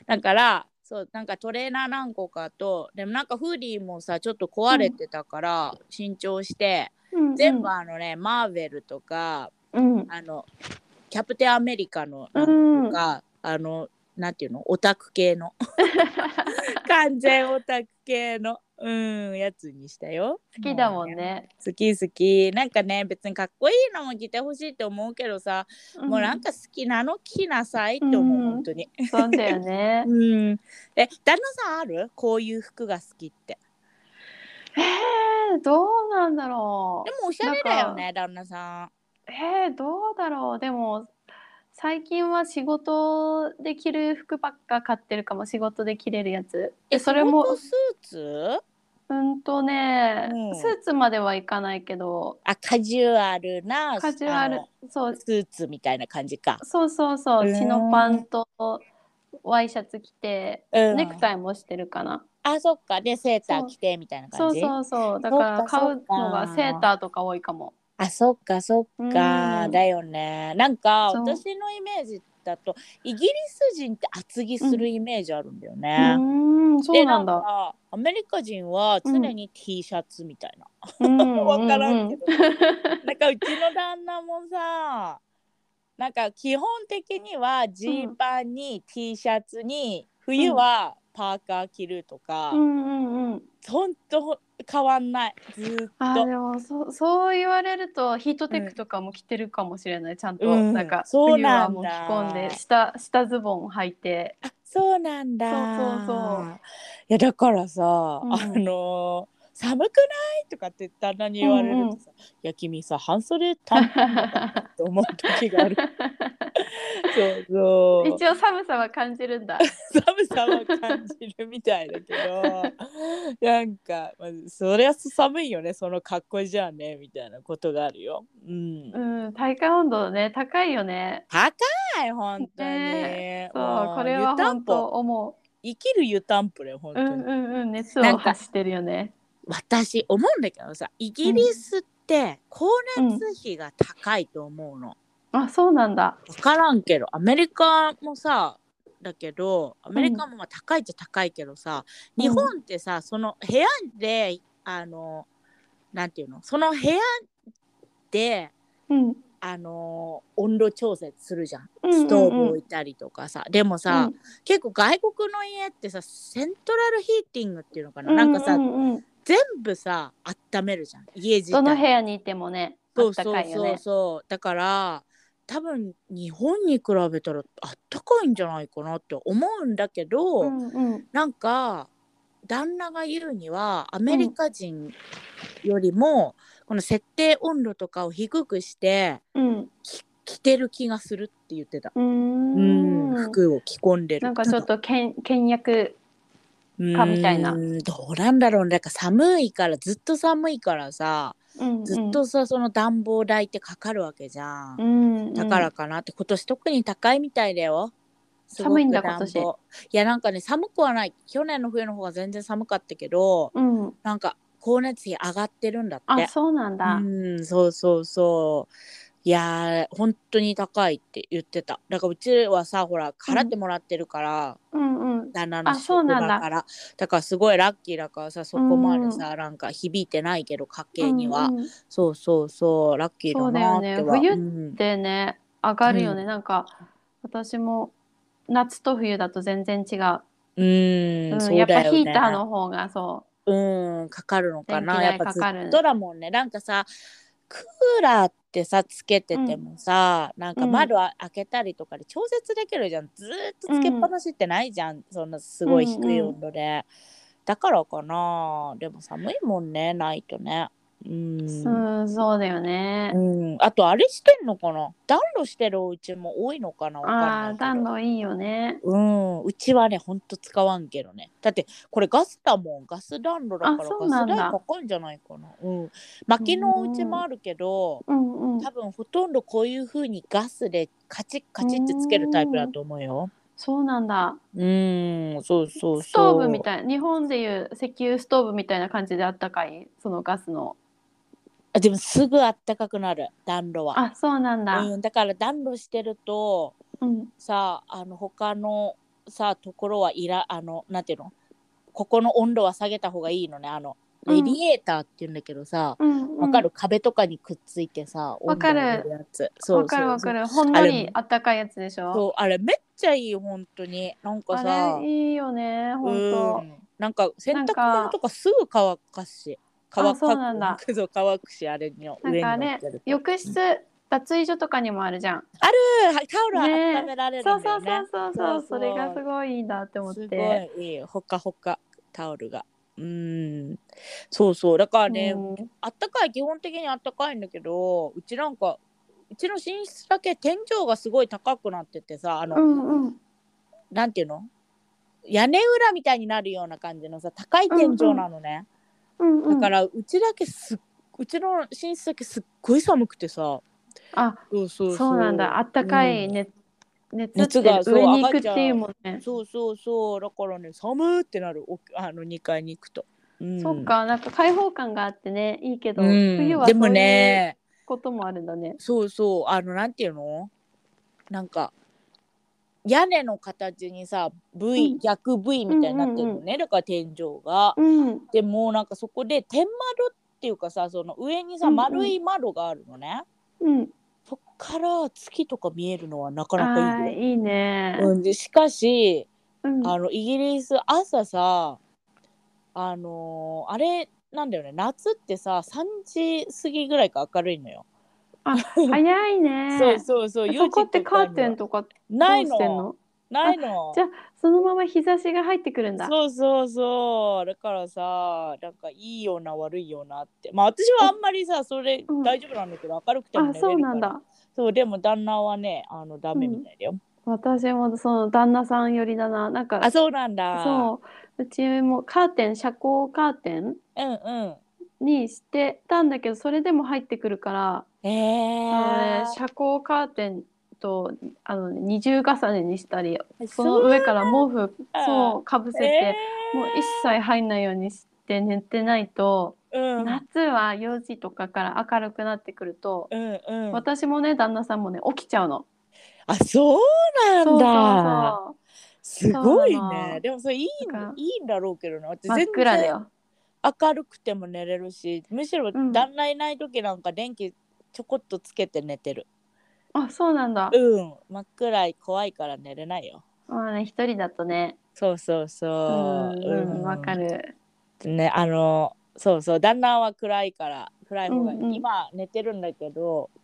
だからそうなんかトレーナー何個かとでもなんかフーディーもさちょっと壊れてたから新調して、
うんうん
全部あのねマーベルとか
うん。
あのキャプテンアメリカのなん
うん。
か、あのなんていうのオタク系 の完全オタク系のうんやつにしたよ
好きだもんね。
好き好きなんかね別にかっこいいのも着てほしいって思うけどさ、もうなんか好きなの着なさいって思う、
うん
本当に
うんそうだよね
う。んえ旦那さんあるこういう服が好きって
えー、どうなんだろ
でもおしゃれだよね旦那さん
えー、どうだろうでも最近は仕事で着る服ばっか買ってるかも仕事で着れるやつでそれ
仕
も
事スーツ
うんとね、
うん
スーツまではいかないけど
あカジュアルな
カジュア
あ
ル
の
そう
スーツみたいな感じか。
そうそうそう
へー
チノパンとワイシャツ着て
うん、
ネクタイもしてるかな、
あそっかでセーター着てみたいな
そ
感
う
じ
そうそうだから
そっか
買うの
そっか
がセーターとか多いかも
あそっかそっか、
うん
だよねなんか
そう
私のイメージだとイギリス人って厚着するイメージあるんだよ
う
ね。
ーんそ
で
うな
なん
んだ
かアメリカ人は常に T シャツみたいな。わ、
分
からんけど、なんかうちの旦那もさなんか基本的にはジーパンに T シャツに冬はパーカー着るとか、
うんうんうん
ほんと変わんないずーっ
あー
と。
でもそそう言われるとヒートテックとかも着てるかもしれない、ちゃんと、
うん
なんか
そう
冬
な
は
んだ
もう着込んで下下ズボン履 いて
そうなんだ。
そうそうそう
いやだからさ、
うん
あのー寒くないとかって旦那に言われるとさ、いや君さ半袖短パンだと思う時があ る。そうそう。
一応寒さは感じるんだ。
寒さは感じるみたいだけどなんか、まあ、そりゃ寒いよねその格好じゃあねみたいなことがあるよ。うん
うん、体感温度ね高いよね。
高い本当に、
ね
も
そうこれは
湯たん
本当
ぽ
思
生きる湯たんぽだよ本
う。う
当に、
んうんうん熱
なん
を
か
発してるよね。
私思うんだけどさイギリスって光熱費が高いと思うの、
あそうなんだ。
分からんけどアメリカもさだけどアメリカもまあ高いっちゃ高いけどさ、
うん
日本ってさその部屋であのなんていうのその部屋で
うん。
あの温度調節するじゃん
うんうんう
ス
ん
トーブ置いたりとかさ、でもさ、結構外国の家ってさセントラルヒーティングっていうのかな、
うん、
なんかさ
ううんうん
全部さ温めるじゃん家自体
どの部屋にいてもね、あ
そ
っ
うそ
た
う
かいよ
そう
ね。
そうだから多分日本に比べたらあったかいんじゃないかなって思うんだけど、
うんうん
なんか旦那が言うにはアメリカ人よりも、この設定温度とかを低くして
うん
き着てる気がするって言ってた。
う
うんん、服を着込んでる
なんかちょっとけん倹約かみたいな
うんどうなんだろうねなんか寒いからずっと寒いからさずっと、さその暖房代ってかかるわけじゃん
う、んうん、
だからかなって、今年特に高いみたいだよ。すごく
寒いんだ
暖房
今年
いやなんかね寒くはない去年の冬の方が全然寒かったけど
うん、
なんか光熱費上がってるんだって
あそうなんだ、
うんそうそうそういやー本当に高いって言ってただからうちはさほら払ってもらってるから、
うんうん
旦那の
あ
仕
そう
事
な
だ
んだ
からだからすごいラッキーだからさそこまでさ、なんか響いてないけど家計には、
うんうん
そうそうそうラッキーだなーっては
そうだよね冬
うん
でね上がるよね、なんか私も夏と冬だと全然違う、
うーん、
うん
そうだ
や
よ
っぱ
ね。
ヒーターの方がそ
うん、かかるのかな。
電
やっ
気代
ぱ
か
ず
かる
っとだもんね。なんかさ、クーラーってさ、つけててもさ、なんか窓あ開けたりとかで調節できるじゃん。ずーっとつけっぱなしってないじゃん。そんなすごい低い温度で。だからかな。でも寒いもんね、ないとね。うん。
う、うん、そうだよね、
うん、あとあれしてんのかな暖炉してるお家も多いのかなわかんない
あー
けど
暖炉いいよね
うん、うちはね、ほんと使わんけどね。だって、これガスだもん。ガス暖炉だから
あ
ガ
そう
ス
なん
代
だ
かかんじゃないかな。うん。薪のお家もあるけど、
うんうん
多分ほとんどこういう風にガスでカチッカチッってつけるタイプだと思うよ。
そうなんだ
うん、そうそうそう。
ストーブみたい日本でいう石油ストーブみたいな感じであったかいそのガスの
あでもすぐあったかくなる、暖炉は。
あそうなんだ、
うん、だから暖炉してると、
うん
さ、あの、他のさ、ところはいら、あの、なんていうのここの温度は下げた方がいいのね。あの、レディエーターって言うんだけどさ、
うんうん
わかる、壁とかにくっついてさ、
わかる
温度を上げやつ。そう
わかるわか
る。
るほんのりあったかいやつでしょ
そう、あれめっちゃいいよ、本当に。なんかさ
あ、れいいよね
う
本
ん、なんか洗
なん
濯
か
物とかすぐ乾かすし、乾
あそうなんだ
かく、そう乾くし、あれの
当
上に
なんか
乗っ
ね
てる。
浴室脱衣所とかにもあるじゃん
うんはいタオルは
ね
温められる
そうん
だよ
そうそ
ね
う。そう
そ
そうう
そう
それがすごいいいなって思っ
す
て
ごいいい、ほかほか、タオルが。うん、そうそう、だからね、
うん
あったかい基本的にあったかいんだけどうちなんかうちの寝室だけ天井がすごい高くなっててさあの、
うんうん
なんていうの屋根裏みたいになるような感じのさ高い天井なのね、
うんうん
だからうちだけすっうちの寝室だけすっごい寒くてさ
あ
そうそ
そうなんだあったかい熱、熱
熱
って
がそう
上に行くっていうもんね
そうそうそうだからね寒ってなるおあの2階に行くと、うん
そっかなんか開放感があってねいいけど、
うん
冬は
で
そ
も
ういう
ね
こともあるんだね
そうそうあのなんていうのなんか屋根の形にさ V、
うん
逆 V みたいになってるのね、
うん
だから天井が。
うん
でもうなんかそこで天窓っていうかさその上にさ
うんうん
丸い窓があるのね、
うん
そっから月とか見えるのはなかな
あ
か
ー
いいよ。
いいね
うん、でしかし
うん
あのイギリス朝さあのーあれなんだよね夏ってさ3時過ぎぐらいから明るいのよ。
早い
そう
ね
そうそう。4
そこって
時とかに
カ
は
ーテンとかどう
ない
してん
の
の
ないの
じ。ゃあそのまま日差しが入ってくるんだ
そうそうそうだからさなんかいいような悪いようなってまあ私はあんまりさそれ
うん
大丈夫なんだけど明るくても
あ
寝れるか
そ
ら
うなんだ
そうでも旦那はねあのダメみたいだよ、
私もその旦那さん寄りだななんか
あそうなんだ
そううちもカーテン遮光カーテン
ううん
にしてたんだけどそれでも入ってくるから、
うんえ
あ
ー
のね、遮光カーテンとあの、ね、二重重ねにしたりその
そう
上から毛布
あ
そうかぶせて、
え
もう一切入んないようにして寝てないと、
ーうん
夏は4時とかから明るくなってくると、
うんうん
私もね旦那さんもね起きちゃうの。
あそうなんだ
そうそうそう
すごい
そうなの
ねでもそれいい
だから
いいんだろうけどね私
真っ
全
暗だ
然
よ。
明るくても寝れるしむしろ
うん
旦那いない時なんか電気ちょこっとつけて寝てる
あそうなんだ。
うん真っ暗い怖いから寝れないよ
まあね一人だとね。
そうそう
う
そ
ん
う
うんわかる。
ねあのそうそう旦那は暗いから暗い方がいい、
うんうん
今寝てるんだけど、
う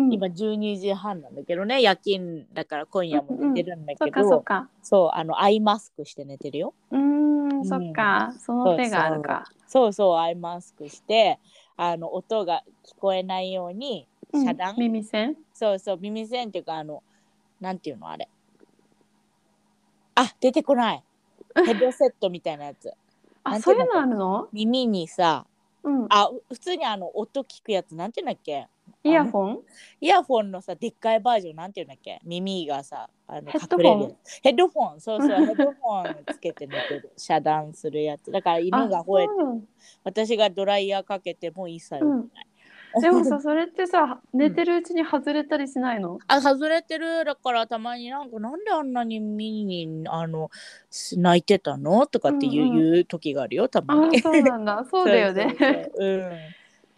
ん
今12時半なんだけどね夜勤だから今夜も寝てるんだ
そっ
けど、
かそっか。
そうあのアイマスクして寝てるよ
うーんそっかその手があるか。
そうそうアイマスクしてあの音が聞こえないように
うん
遮断、
耳栓。
そうそう耳栓っていうかあのなんていうのあれあ出てこ ないヘッドセットみたいなやつな
あ
んて
そ
いうう
い
の
うのあるの？
耳にさ
うん。
あ普通にあの音聞くやつなんていうんだっけ
イヤホン？
イヤフォンのさでっかいバージョンなんていうんだっけ耳がさあの
ヘッ
隠
ドフ
れ
ォン
るやつヘッドフォンそうそうヘッドフォンつけて寝てる遮断するやつだから犬が吠えて
あそう
私がドライヤーかけても一切起き
うん
ない、
でもさそれってさ寝てるうちに外れたりしないの？
あ外れてるだからたまになんかなんであんなに耳にあのし泣いてたのとかっていう,、
うんうん
言う時があるよたま
あ
に
そうなん だ。そうだよね。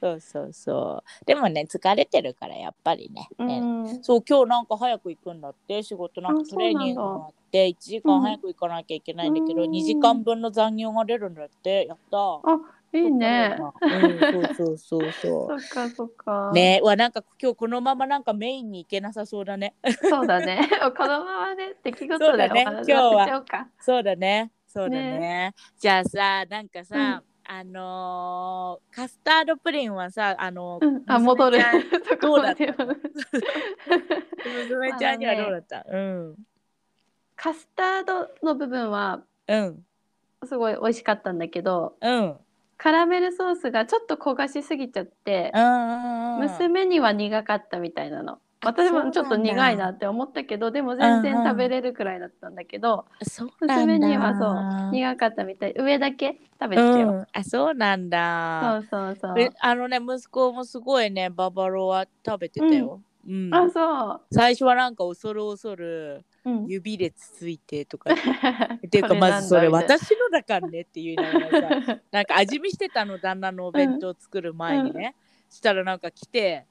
そうそうそううんそうそうそうでもね疲れてるからやっぱりね、
う
ね
ん。
そう今日なんか早く行くんだって仕事なん
あ
かトレーニングがあって1時
う
間
ん
早く行かなきゃいけないんだけど、
うん
2時間分の残業が出るんだってやったー
いいね。
うんそうそうそうそ
そっかそっか。
う。ねはなんか今日このままなんかメインに行けなさそうだね
そうだね。 このままね、出来事
そうだ
でお
ね
話ししちゃおうか。
そうだねそうだね
ね
じゃあさなんかさ、
うん
あのーカスタードプリンはさあのー
うん、あ、戻る
娘ちゃん。
そ
ど
こ
うだ
ま
っ
で
た
は
の娘ちゃんにはどうだった、
カスタードの部分は
うん
すごい美味しかったんだけど、
うんうん
カラメルソースがちょっと焦がしすぎちゃって、
うんうんうん
娘には苦かったみたいなの。私
そうなんだ
もちょっと苦いなって思ったけど、でも全
うんう
然
ん
食べれるくらいだったんだけど、
そうなんだ
娘にはそう苦かったみたい。上だけ食べて
う
よ。
ん、あそうなん
そ
だ
うそうそう。
えあのね息子もすごいねババロア食べてたよ、うん
あ、そう。
最初はなんか恐る恐る
うん。
指でつついてとか って
て
いうかまずそれ私のだからねって言いながらさ なんか味見してたの旦那のお弁当作る前にね、したらなんか来て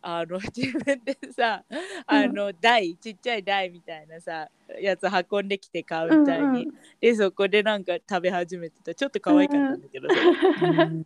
あの 自分でさあの台ちっちゃい台みたいなさやつ運んできてカウンターに、でそこでなんか食べ始めてたちょっと可愛かったんだけど、うん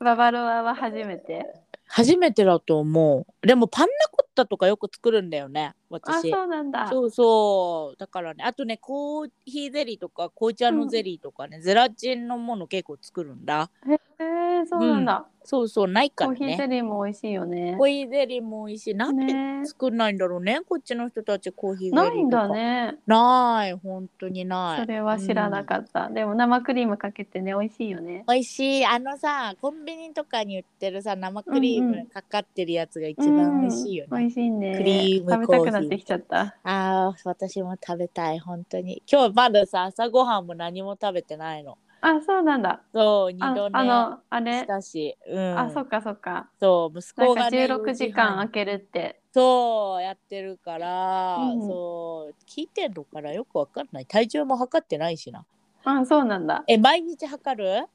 ババロアは初めて。
初めてだと思うでもパンナコッタとかよく作るんだよね
あ、
私
そうなんだ。
そうそうだからねあとねコーヒーゼリーとか紅茶のゼリーとかね、ゼラチンのもの結構作るんだ
えー、えそうなんだ、
そうそうないから
コーヒーゼ
ね
リーも美味しいよね
コーヒーゼリーも美味しいなんで
ね
作んないんだろうねこっちの人たちコーヒーゼリーとか
ないんだね
ない本当にない
それは知らなかった、でも生クリームかけてね美味しいよね
美味しいあのさコンビニとかに売ってるさ生クリー
うんうん
ムかかってるやつが一番美味しいよね、
うん美味しいね
クリーム
食べたくなってきちゃった
ああ私も食べたい本当に今日まださ朝ごはんも何も食べてないの
あそうなんだ
そう二
あ
度
あ
寝
のあれ
したしうん
あそっかそっか
そう息
な
子
んか
が、ね、
16時
4
間
半
空けるって
そうやってるから、
うん
そう聞いてんのからよくわかんない体重も測ってないしな
あそうなんだ
え毎日測る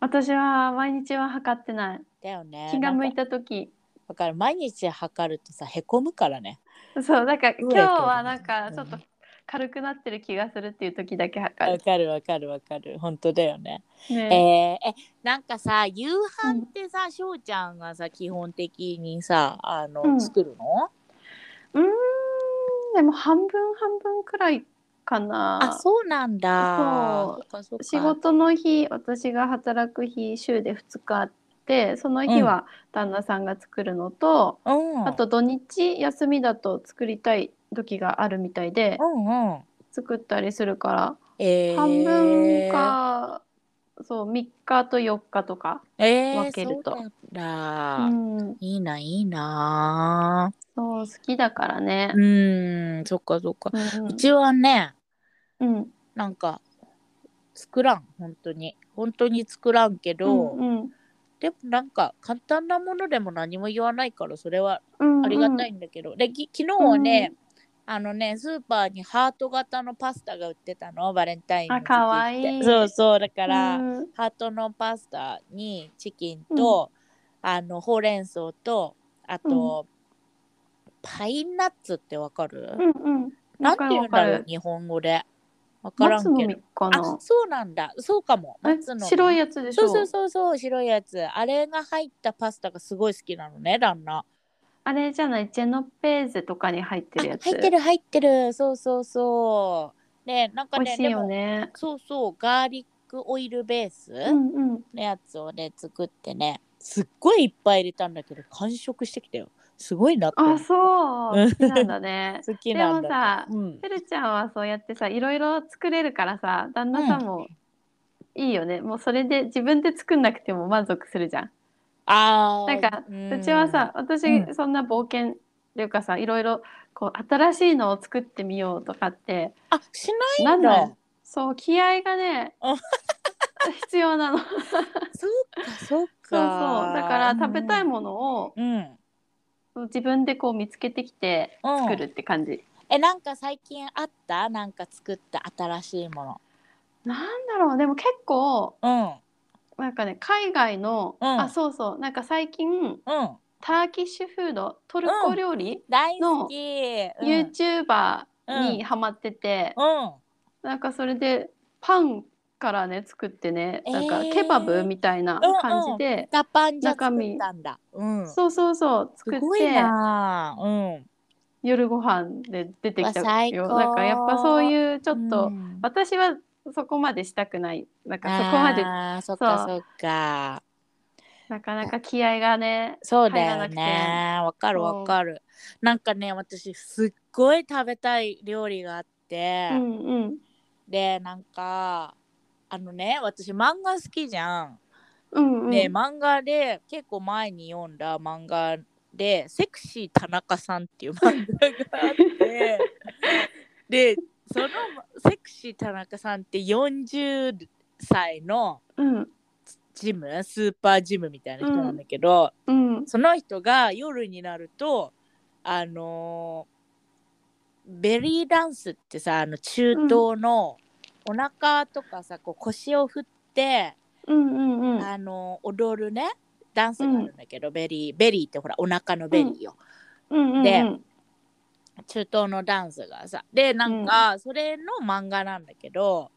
私は毎日は測ってない
だよね
気が向い
て
た時
だから毎日測るとさへこむからね
そうなんか
ど
今日
れ取る
はなんかちょっと
うん
軽くなってる気がするっていう時だけ
わ
測る、
かるわかるわかる本当だよねえー
ね
えなんかさ夕飯ってさ翔、ちゃんがさ基本的にさあの、
うん
作るの
うーんでも半分半分くらいかな
あそうなんだ
そう
っかそっか
仕事の日私が働く日週で2日あってその日は旦那さんが作るのと、
うん
あと土日休みだと作りたい時があるみたいで
うんうん
作ったりするから、
えー、
半分かそう3日と4日とか、
えー、
分けると
そうな
うん
だ、
ん、
いいないいな
そう好きだからね。
うんそっかそっか、
うん
うちはね
うん
なんか作らん本当に本当に作らんけど、
うん
でもなんか簡単なものでも何も言わないからそれは
うん
ありがたいんだけど、でき昨日はね、あのねスーパーにハート型のパスタが売ってたのバレンタインの時期って
あかわいい
そうそうだか、
からうん
ハートのパスタにチキンと、あのほうれん草とあと、パインナッツってわかる、
うんうん、
なんて
わか
言
る
うんだ
わか
ろう
る。
日本語でわからん
松の
けど
実か
あ
な。
そうなんだそうかも
え
松の実
白いやつでし
そ
ょ。
うそうそうそう白いやつあれが入ったパスタがすごい好きなのね旦那
あれじゃないジェノペーゼとかに入ってるやつ。
入ってる入ってるそうそうそうねなんか
美味
ね
しいよ
も
ね。
そうそうガーリックオイルベース
うんうん。
のやつをね作ってねすっごいいっぱい入れたんだけど完食してきたよすごいなって思
あ
う
そう
うん。
好きなんだね
好きなんだ
で
うん
てるちゃんはそうやってさいろいろ作れるからさ旦那さんもいいよね。もうそれで自分で作んなくても満足するじゃん。
あ
なん
ー
か
うん
うちはさ私
うん
そんな冒険っていうかさいろいろこう新しいのを作ってみようとかって
あしな
ないん
ん
だ
だ
そう気合がね
あ
必要な の。
そうかそうか
そうそうだから食べたい
も
ものを
ん、うん、
自分でこう見つけてきて
うん
作るって感じ、
えなんか最近あったなんか作った新しいも
なんだろうでも結構
の
なんかね海外の、
うん
あそうそうなんか最近
うんうん
ターキッシュフードトルコ料理、
大好きうん
YouTuber
う
にハマってて、
うん
なんかそれでパンからね作ってね、
えー
なんかケバブみたいな感じで、
タパンじゃ作ったんだうんす
そうそうそう作っ
ごい
て
なあうん
夜ご飯で出てき
うわ
た
最
よ
高
なんかやっぱそういうちょっと、
うん
私はそこまでしたくないなんかそこまで
あーそっかそっか
なかなか気合がね
そうだよ
入ら
ねわかるわかるなんかね私すっごい食べたい料理があって、
うんうん
でなんかあのね私漫画好きじゃん
うんうん、
で、漫画で結構前に読んだ漫画で「セクシー田中さん」っていう漫画があって でそのセクシー田中さんって40歳の
うん
ジムスーパージムみたいな人なんだけど、
うん
その人が夜になるとあのーベリーダンスってさあの中東のお腹とかさこう腰を振って
うんうんうん
あの踊るねダンスがあるんだけど、ベリーベリーってほらお腹のベリーよ、
うんうん
で
うん
中東のダンスがさでなんか、それの漫画なんだけど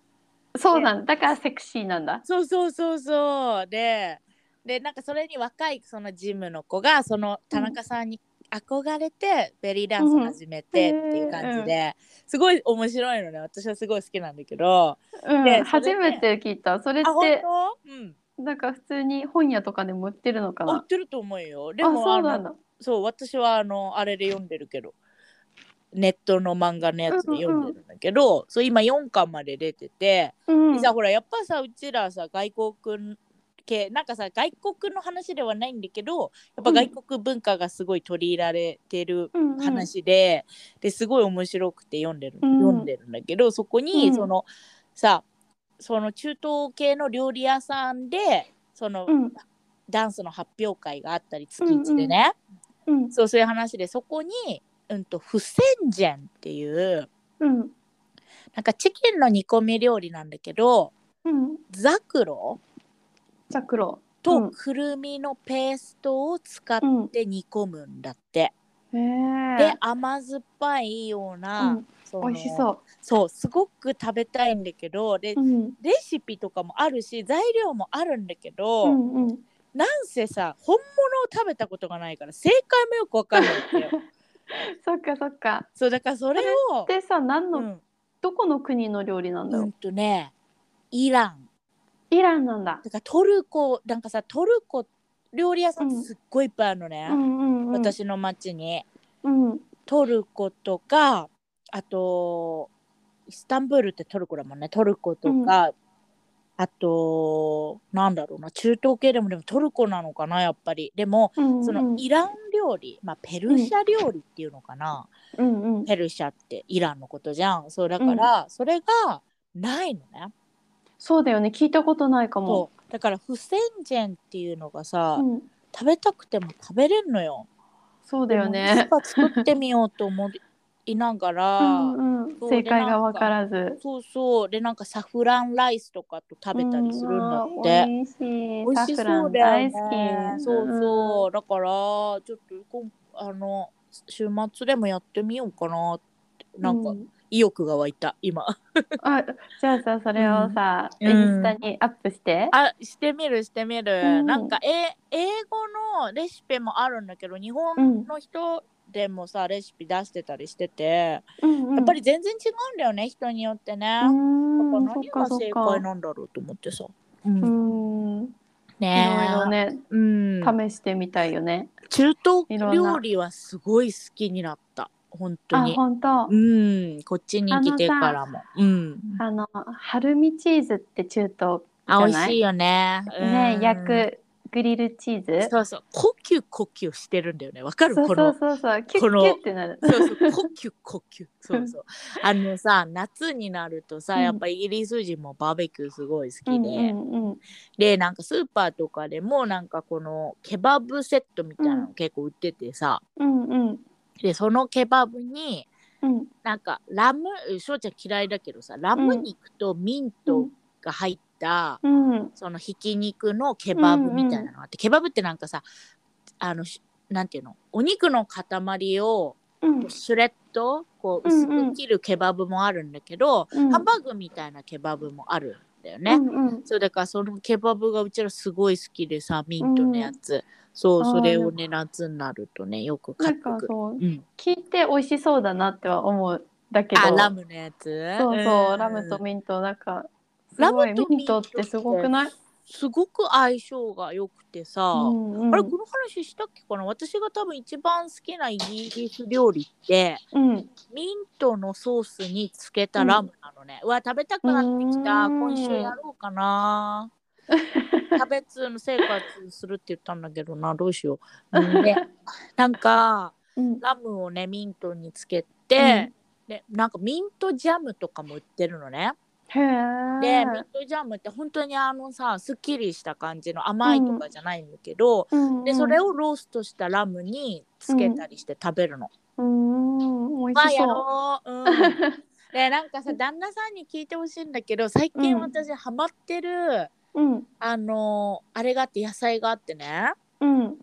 そうなんだだからセクシーなんだ
そうそうそうそうででなんかそれに若いそのジムの子がその田中さんに憧れてベリーダンス始めてっていう感じで、すごい面白いのね私はすごい好きなんだけど
うん
でそれで
初めて聞いたそれっ
あ本
て
当うん
なんか普通に本屋とかでも売ってるのか
売っ
な。
てると思うよで
あ、
も
そ
あ
うなん
の
だ。
そう私はあのあれで読んでるけどネットの漫画のやつで読んでるんだけど、そう今4巻まで出てて、
うん。
さほらやっぱさうちらさ外国系なんかさ外国の話ではないんだけどやっぱ外国文化がすごい取り入れられてる
うんうん
話で、ですごい面白くて読んでる、
うん
読んでるんだけどそこ
う
に
ん
その、さその中東系の料理屋さんでその、
うん
ダンスの発表会があったり月1でね、
うん
そうそういう話でそこに、うん、とフセンジェンっていう
うん
なんかチキンの煮込み料理なんだけど
うん。
ザクロ
じゃあ黒。う
と
ん
くるみのペーストを使っ
うん。
て煮込むんだって、
へえ。
で甘酸っぱいような、
うん
その
美味しそう
そうすごく食べたいんだけどで、。
うん。
レシピとかもあるし材料もあるんだけ
う
ど、
んうん。
なんせさ本物を食べたことがないから正解もよくわかんないんだ よ
そっかそっか。
そうだからそれを
でさ、何の、
うん、
どこの国の料理なんだ
う
ろう。
んとねイラン
イランなんだ。
だからトルコなんかさトルコ料理屋さん
うん
すっごいいっぱいあるのね、
うんうんうん。。
私の町に
うん。
トルコとかあとイスタンブールってトルコだもんねトルコとか、あとなんだろうな中東系でもでもトルコなのかなやっぱりでも
うんうん。
そのイラン料理、まあ、ペルシャ料理っていうのかな、
うんうん。
ペルシャってイランのことじゃんそうだから、それがないのね、
そうだよね。聞いたことないかも。
そうだからフセンジェンっていうのがさ、
うん。
食べたくても食べれんのよ
そうだよ
でもい
ね
つ。か作ってみようと思いながら、
うんうん
そう
正解
でなんか
が分からず。
そうそうでなんかサフランライスとかと食べたりするんだっ
う
て、
ん美味しい。
美
サ
味し
フ
そ
ラ
う
ン
だよね
大好き。
そう
うん。
そうだからちょっとこんあの週末でもやってみようかなってなんか
うん
意欲が湧いた今
あ、じゃあさ、それをさ、
うん
インスタにアップして。
あしてみるしてみる、
うん
なんかえ英語のレシピもあるんだけど日
う
本
ん。
の人でもさレシピ出してたりしてて、
うんうん
やっぱり。全然違うんだよね人によってね、
う
だから
ん。そっ
何
か
が
そっ
正
か
解。なんだろうと思ってさ。
う
うん
ん。い
ねえ
ろいろね、
うん、
試してみたいよね。
中
い
東
ろんな
料理はすごい好きになった本当
あ、
に
本当
う。んこっちに来てからもうん
あの、春見チーズって中東。
あ美
じゃない
味しいよねう
ね、
ん
焼くグリルチーズ。
そうそう呼吸呼吸してるんだよねわかる
そう
こ
そ
の
うそうそう、キュ
こ
ッ
の
キュッってなる。
そうそう呼吸呼吸そう そうあのさ夏になるとさ
うん
やっぱイギリス人もバーベキューすごい好き
う
で、
んうんうん。
でなんかスーパーとかでもなんかこのケバブセットみたいなの結構売っててさ、
うんうん
でそのケバブに
うん
なんかラム翔ちゃん嫌いだけどさラム肉とミントが入った、
うん
そのひき肉のケバブみたいなのがあって、ケバブってなんかさあのしなんていうのお肉の塊を
うん
こうシュレッドこう
うん
薄
うん
く切るケバブもあるんだけど、
うん
ハンバーグみたいなケバブもあるんだよね。
うんうん
そうだからそのケバブがうちらすごい好きでさミントのやつ、そう
あー
それをね夏になるとねよく買
な
っ
ん
て
か
くる、
そう
うん、
聞いて美味しそうだなっては思うだけど
あラムのやつ
そうそう、
ん
ラムとミントなんかす
ラ
ごい
ムと
ミントってすごくない、
すごく相性が良くてさ、
うんうん、
あれこの話したっけかな私が多分一番好きなイギリス料理って
うん
ミントのソースにつけたラムなのね、うわ食べたくなってきた
うん
今週やろうかな 食べつの生活するって言ったんだけどなどうしよう、 うんでなんか
うん
ラムをねミントにつけて、でなんかミントジャムとかも売ってるのね
へえ
でミントジャムって本当にあのさすっきりした感じの甘いとかじゃないんだけど、でそれをローストしたラムにつけたりして食べるの。
うんうん美
ま
味
あ
し
や
そ
ろ う。うん、でなんかさ旦那さんに聞いてほしいんだけど最近
うん
私ハマってる、
ううん
あのーあれがあって野菜があってね
うん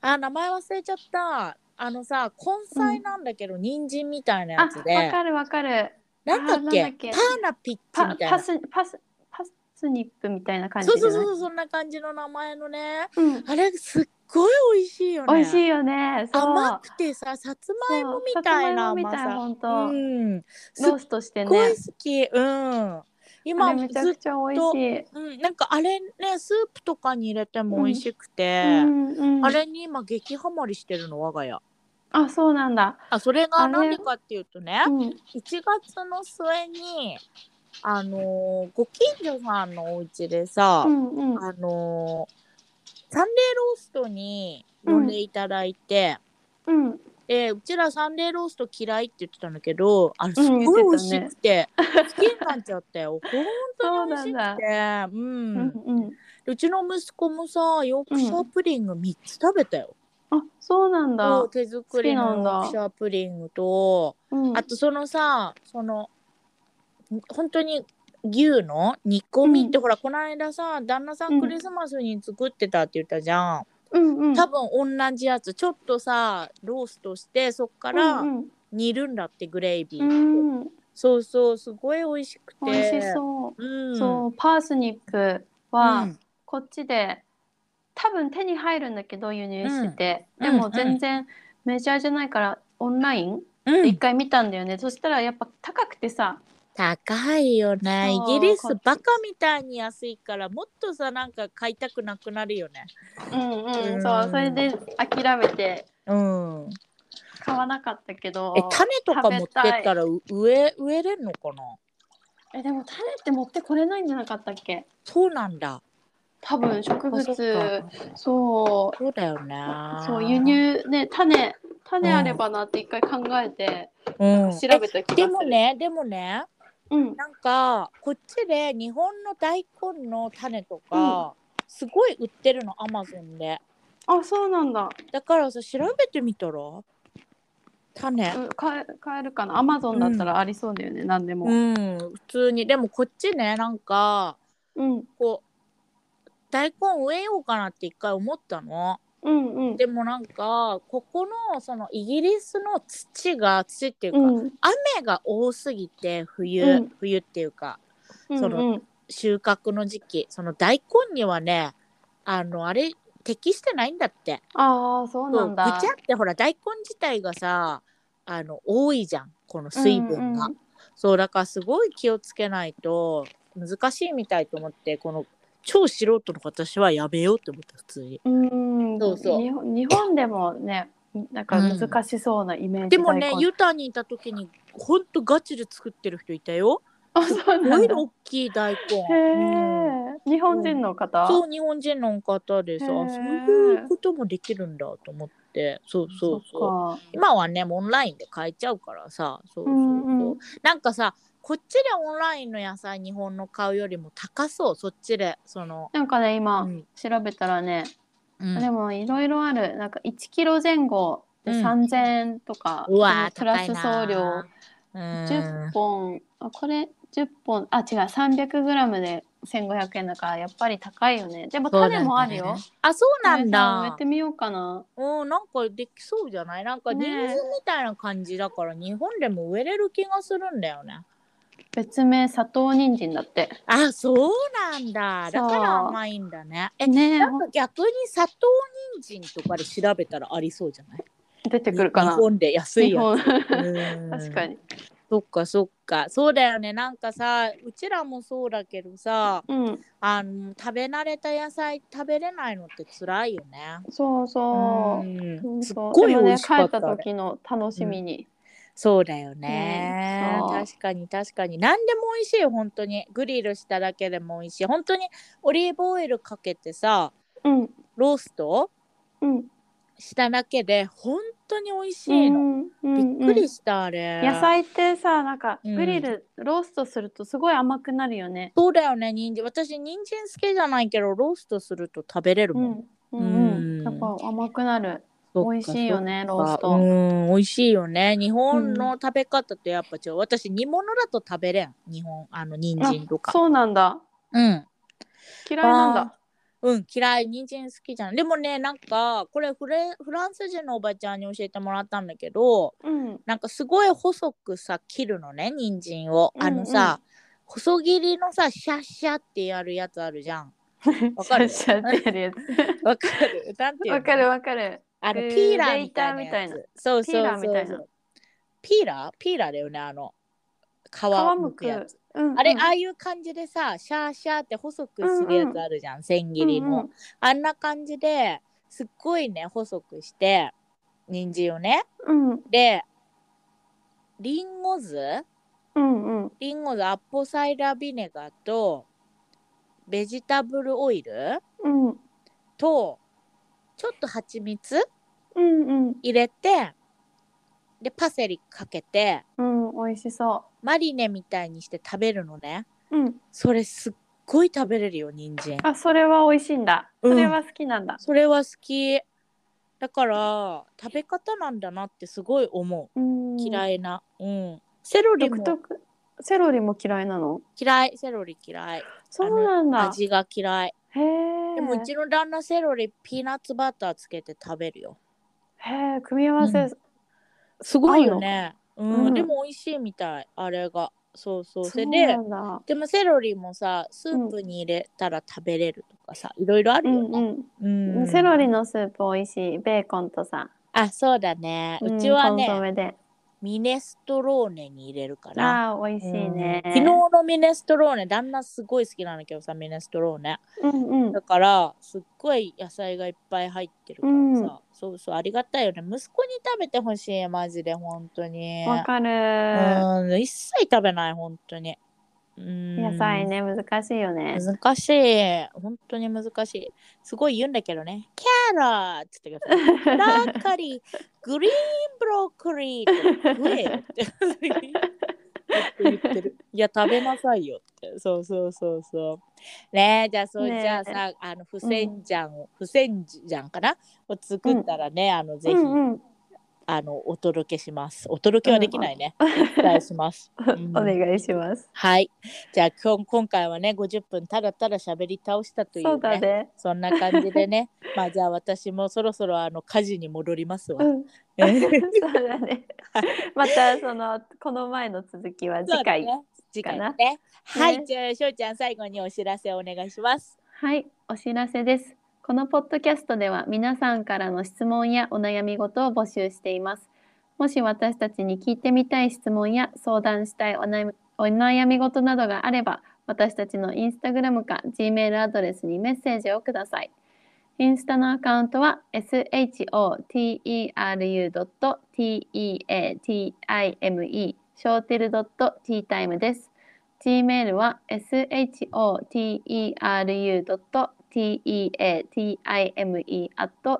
あ名前忘れちゃったあのさ根菜なんだけど、人参みたいな
あ
やつで
わかるわかる
なんだっ
あーなんだっ
け
け
パーナピッチ
パ
みたい
パ
な
スパスパスニップみたいな感じ
そう
じゃな
そ
いう
そうそんな感じの名前のね
うん
あれすっごい美味しいよね
美味しいよねそう
甘くてささつまいもみたいな
そうさつまいもみ
甘
たい
さ
本当
うんすっ
ローストして
ごい
ね
好き、うん
あ
今
れめちゃ
ず
くちゃ美味しい。
うん、なんかあれねスープとかに入れても美味しくて、
うんうん
あれに今激ハマりしてるの我が家
あそうなんだ。
あそれが
あれ
何でかっていうとね
うん
1月の末にあのーご近所さんのお家でさ、
うんうん。
あのーサンデーローストに呼んでいただいて、
うん。
でうちらサンデーロースト嫌いって言ってたんだけどあれす
うん
ごい美味し
言
く
って
て、好きになっちゃ ったよ本当に美味しく
そう
てう、
うんんうん。
うちの息子もさヨークシャープリング3つ食べたよ、
あそうなん
そ
だ
う。手作り
好
の
きなん
ヨ
だ
ークシャープリングと
うん
あとそのさその本当に牛の煮込みって、ほらこの間さ旦那さ
うんん
クリスマスに作ってたって言ったじゃん、
うんうん。
多分同じやつちょっとさローストしてそっか
う
ら
ん
煮るんだってグレイビー、
うん。うん。
そうそうすごい美味しくて、
美味しそう
ん、
う。そうパースニップ
う
は
ん
こっちで多分手に入るんだけど輸入してて、
うん
で
う
も
ん
全然メジャーじゃないからオンライン
う
一
ん、
回見たんだよね。そしたらやっぱ高くてさ。
高いよね
そう
イギリスバカみたいに安いからもっとさなんか買いたくなくなるよね
うんうん。
うん
そうそれで諦めて
うん
買わなかったけど。
え種とか持ってったらう植え植えれんのかな
えでも種って持ってこれないんじゃなかったっけ
そうなんだ
多分
あそ
植
っ
物
か
そう
そうだよね
そう輸入ね種種あればなって一回考えて
うん
調べた気がする、
でもねでもね
うん
なんかこっちで日本の大根の種とか、すごい売ってるのアマゾンで
あそうなんだ
だからさ調べてみたら種
う買え買えるかなアマゾンだったらありそうだよね、なん、何で
う
も
ん普通にでもこっちねなんか
うん
こう大根植えようかなって一回思ったの
うんうん
でもなんかここのそのイギリスの土が土っていうか、
うん
雨が多すぎて冬、
うん
冬っていうか
うん
そ
うん
収穫の時期その大根にはねあのあれ適してないんだって
ああそうなんだ
そうぐちゃってほら大根自体がさあの多いじゃんこの水分が、
うんうん
そうだからすごい気をつけないと難しいみたいと思ってこの超素人の私はやめようって思った普通に。
うん
そうそう
日本日本でもねなんか難しそうなイメージ、
でもね
大根
ユタにいた時にほんとガチで作ってる人いたよ。
あそう
すご
なん
い
だ
大きい大根。
へ
うん
え、日本人の方、
そう日本人の方でさ
へ
そう
ー
いうこともできるんだと思ってそうそうそう
そっか
今はねもうオンラインで買えちゃうからさそうそうそう、
うんうん
なんかさこっちでオンラインの野菜日本の買うよりも高そうそっちでその、
なんかね今、
うん
調べたらね、
うん
でもいろいろあるなんか1キロ前後で
うん
3000円とか、
うわー
プラス
高
送
い
料
なー
10本あこれ10本あ違う 300g で1500円だからやっぱり高いよねでも
そうなんだね
種もあるよ、
あそうなん
植え
だ
てみようかな
うんなんかできそうじゃないなんか人参
ね
みたいな感じだから日本でも植えれる気がするんだよね
別名砂糖人参だって
あそうなんだだ
そう
から甘いんだねえ
ねえ
なんか逆に砂糖人参とかで調べたらありそうじゃない
出てくるかな
日本で安い
日
や
本
つうん
確かに
そっかそっかそうだよねなんかさうちらもそうだけどさ
うん
あの食べ慣れた野菜食べれないのって辛いよね
そうそうう、
ん
うん
すっ
そう
ごい
でも
美
ね
味しかっ
帰
た
った時の楽しみに、
そうだよね、
うんそう
確かに確かに何でも美味しいよ本当にグリルしただけでも美味しい本当にオリーブオイルかけてさ
うん
ロースト
うん
しただけで本当に美味し
う
いの、
んうん
びっくりしたあれ
野菜ってさなんか
うん
グリル、ローストするとすごい甘くなるよね。
そうだよね人参私人参好きじゃないけどローストすると食べれる
う
もん、
んうんう
うん
ん、やっぱ甘くなる
そっか
美味しいよねロー
そっ
ス
か
ト。
うん美味しいよね日本の食べ方とやっぱ違う私煮物だと食べれん日本あの人参とか
そうなんだ
うん
嫌いなんだ。
うん、嫌い。人参好きじゃん。でもね、なんか、これフレ、フランス人のおばちゃんに教えてもらったんだけど、
うん
なんかすごい細くさ、切るのね、人参を。あのさ、細切りのさ、シャッシャってやるやつあるじゃん。わかる
しゃべってるやつ。
わか るなんていうの
わかるわかる。
あの、
え
ピ
ー
ーラーみたいなやつ。
レ
そうそうそうそう。
ピーラーみたいな
ピーラーピーラーだよね、あの、皮
皮
む
む
くや
く
つ。。
うん
あれ、
うん
ああいう感じでさシャーシャーって細くするやつあるじゃん、千切りの、
うん
あんな感じですっごいね細くして人参をね
うんうん
でリンゴ酢
うんうん
リンゴ酢アッポサイダービネガーとベジタブルオイル
うん
とちょっと蜂蜜
うん
入れてでパセリかけて
うんうん美味しそ
マリネみたいにして食べるのね
ううん
それすっごい食べれるよ人参
あそれは美味しいんだ
う
そ
ん
れは好きなんだ
それは好きだから食べ方なんだなってすごい思
うん
う
い
嫌いなうんセロリ
独
も
特セロリも嫌いなの
嫌いセロリ嫌い
そうなんだ
味が嫌い
へえ
でもうちの旦那セロリピーナッツバターつけて食べるよ
へえ組み合わせ、
うんすごいよねうん、
うん
でも美味しいみたいあれがそうそうそ
そう
れで
なんだ
でもセロリもさスープに入れたら食べれるとかさ、いろいろあ
う
るよ
ん
ね、うん
うんセロリのスープ美味しいベーコンとさ
あそうだね
ん
うちは
コンソ
ね、
メで
ミネストローネに入れるから
あー美味しいね、
うん昨日のミネストローネ旦那すごい好きなんだけどさミネストローネ
うんうん
だからすっごい野菜がいっぱい入ってるからさ、
うん
そうそうありがたいよね息子に食べてほしいマジで本当に
わかる、
うん一切食べない本当にうん
野菜ね難しいよね
難しい本当に難しいすごい言うんだけどねキャロットって言うから ブロッコリー、グリーンブロッコリーって食えよって言って る。いや、食べなさいよって。そうそうそうそう。ねえ、じゃあ、そう、
ねえ
じゃあさ、あの、不戦じゃんを、不戦じゃんかなを作ったらね、あの、ぜひ、
うんうん、
あの、お届けします。お届けはできないね。お伝えします。うん
お願いします
はい。じゃあ、今日、今回はね、50分ただただ喋り倒したという、ね。
そうだね
そんな感じでね。まあじゃあ私もそろそろあの家事に戻りますわ
う。ん
次
そうだねまたそのこの前の続きは次回、
ね、次
か
回
な
ね。はい、
ね
じゃあしょうちゃん最後にお知らせお願いします。
はい、お知らせです。このポッドキャストでは皆さんからの質問やお悩み事を募集しています。もし私たちに聞いてみたい質問や相談したいお悩みお悩み事などがあれば、私たちのインスタグラムか G メールアドレスにメッセージをください。インスタのアカウントは shoteru.teatime ショーテル .teatime です。Gmail は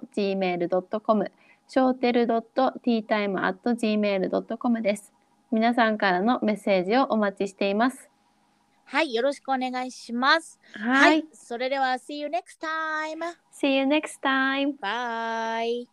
shoteru.teatime.gmail.com ショーテル .teatime.gmail.com です。皆さんからのメッセージをお待ちしています。
はい、よろしくお願いします。、
はい
それでは see you next time。
See you next time!
Bye.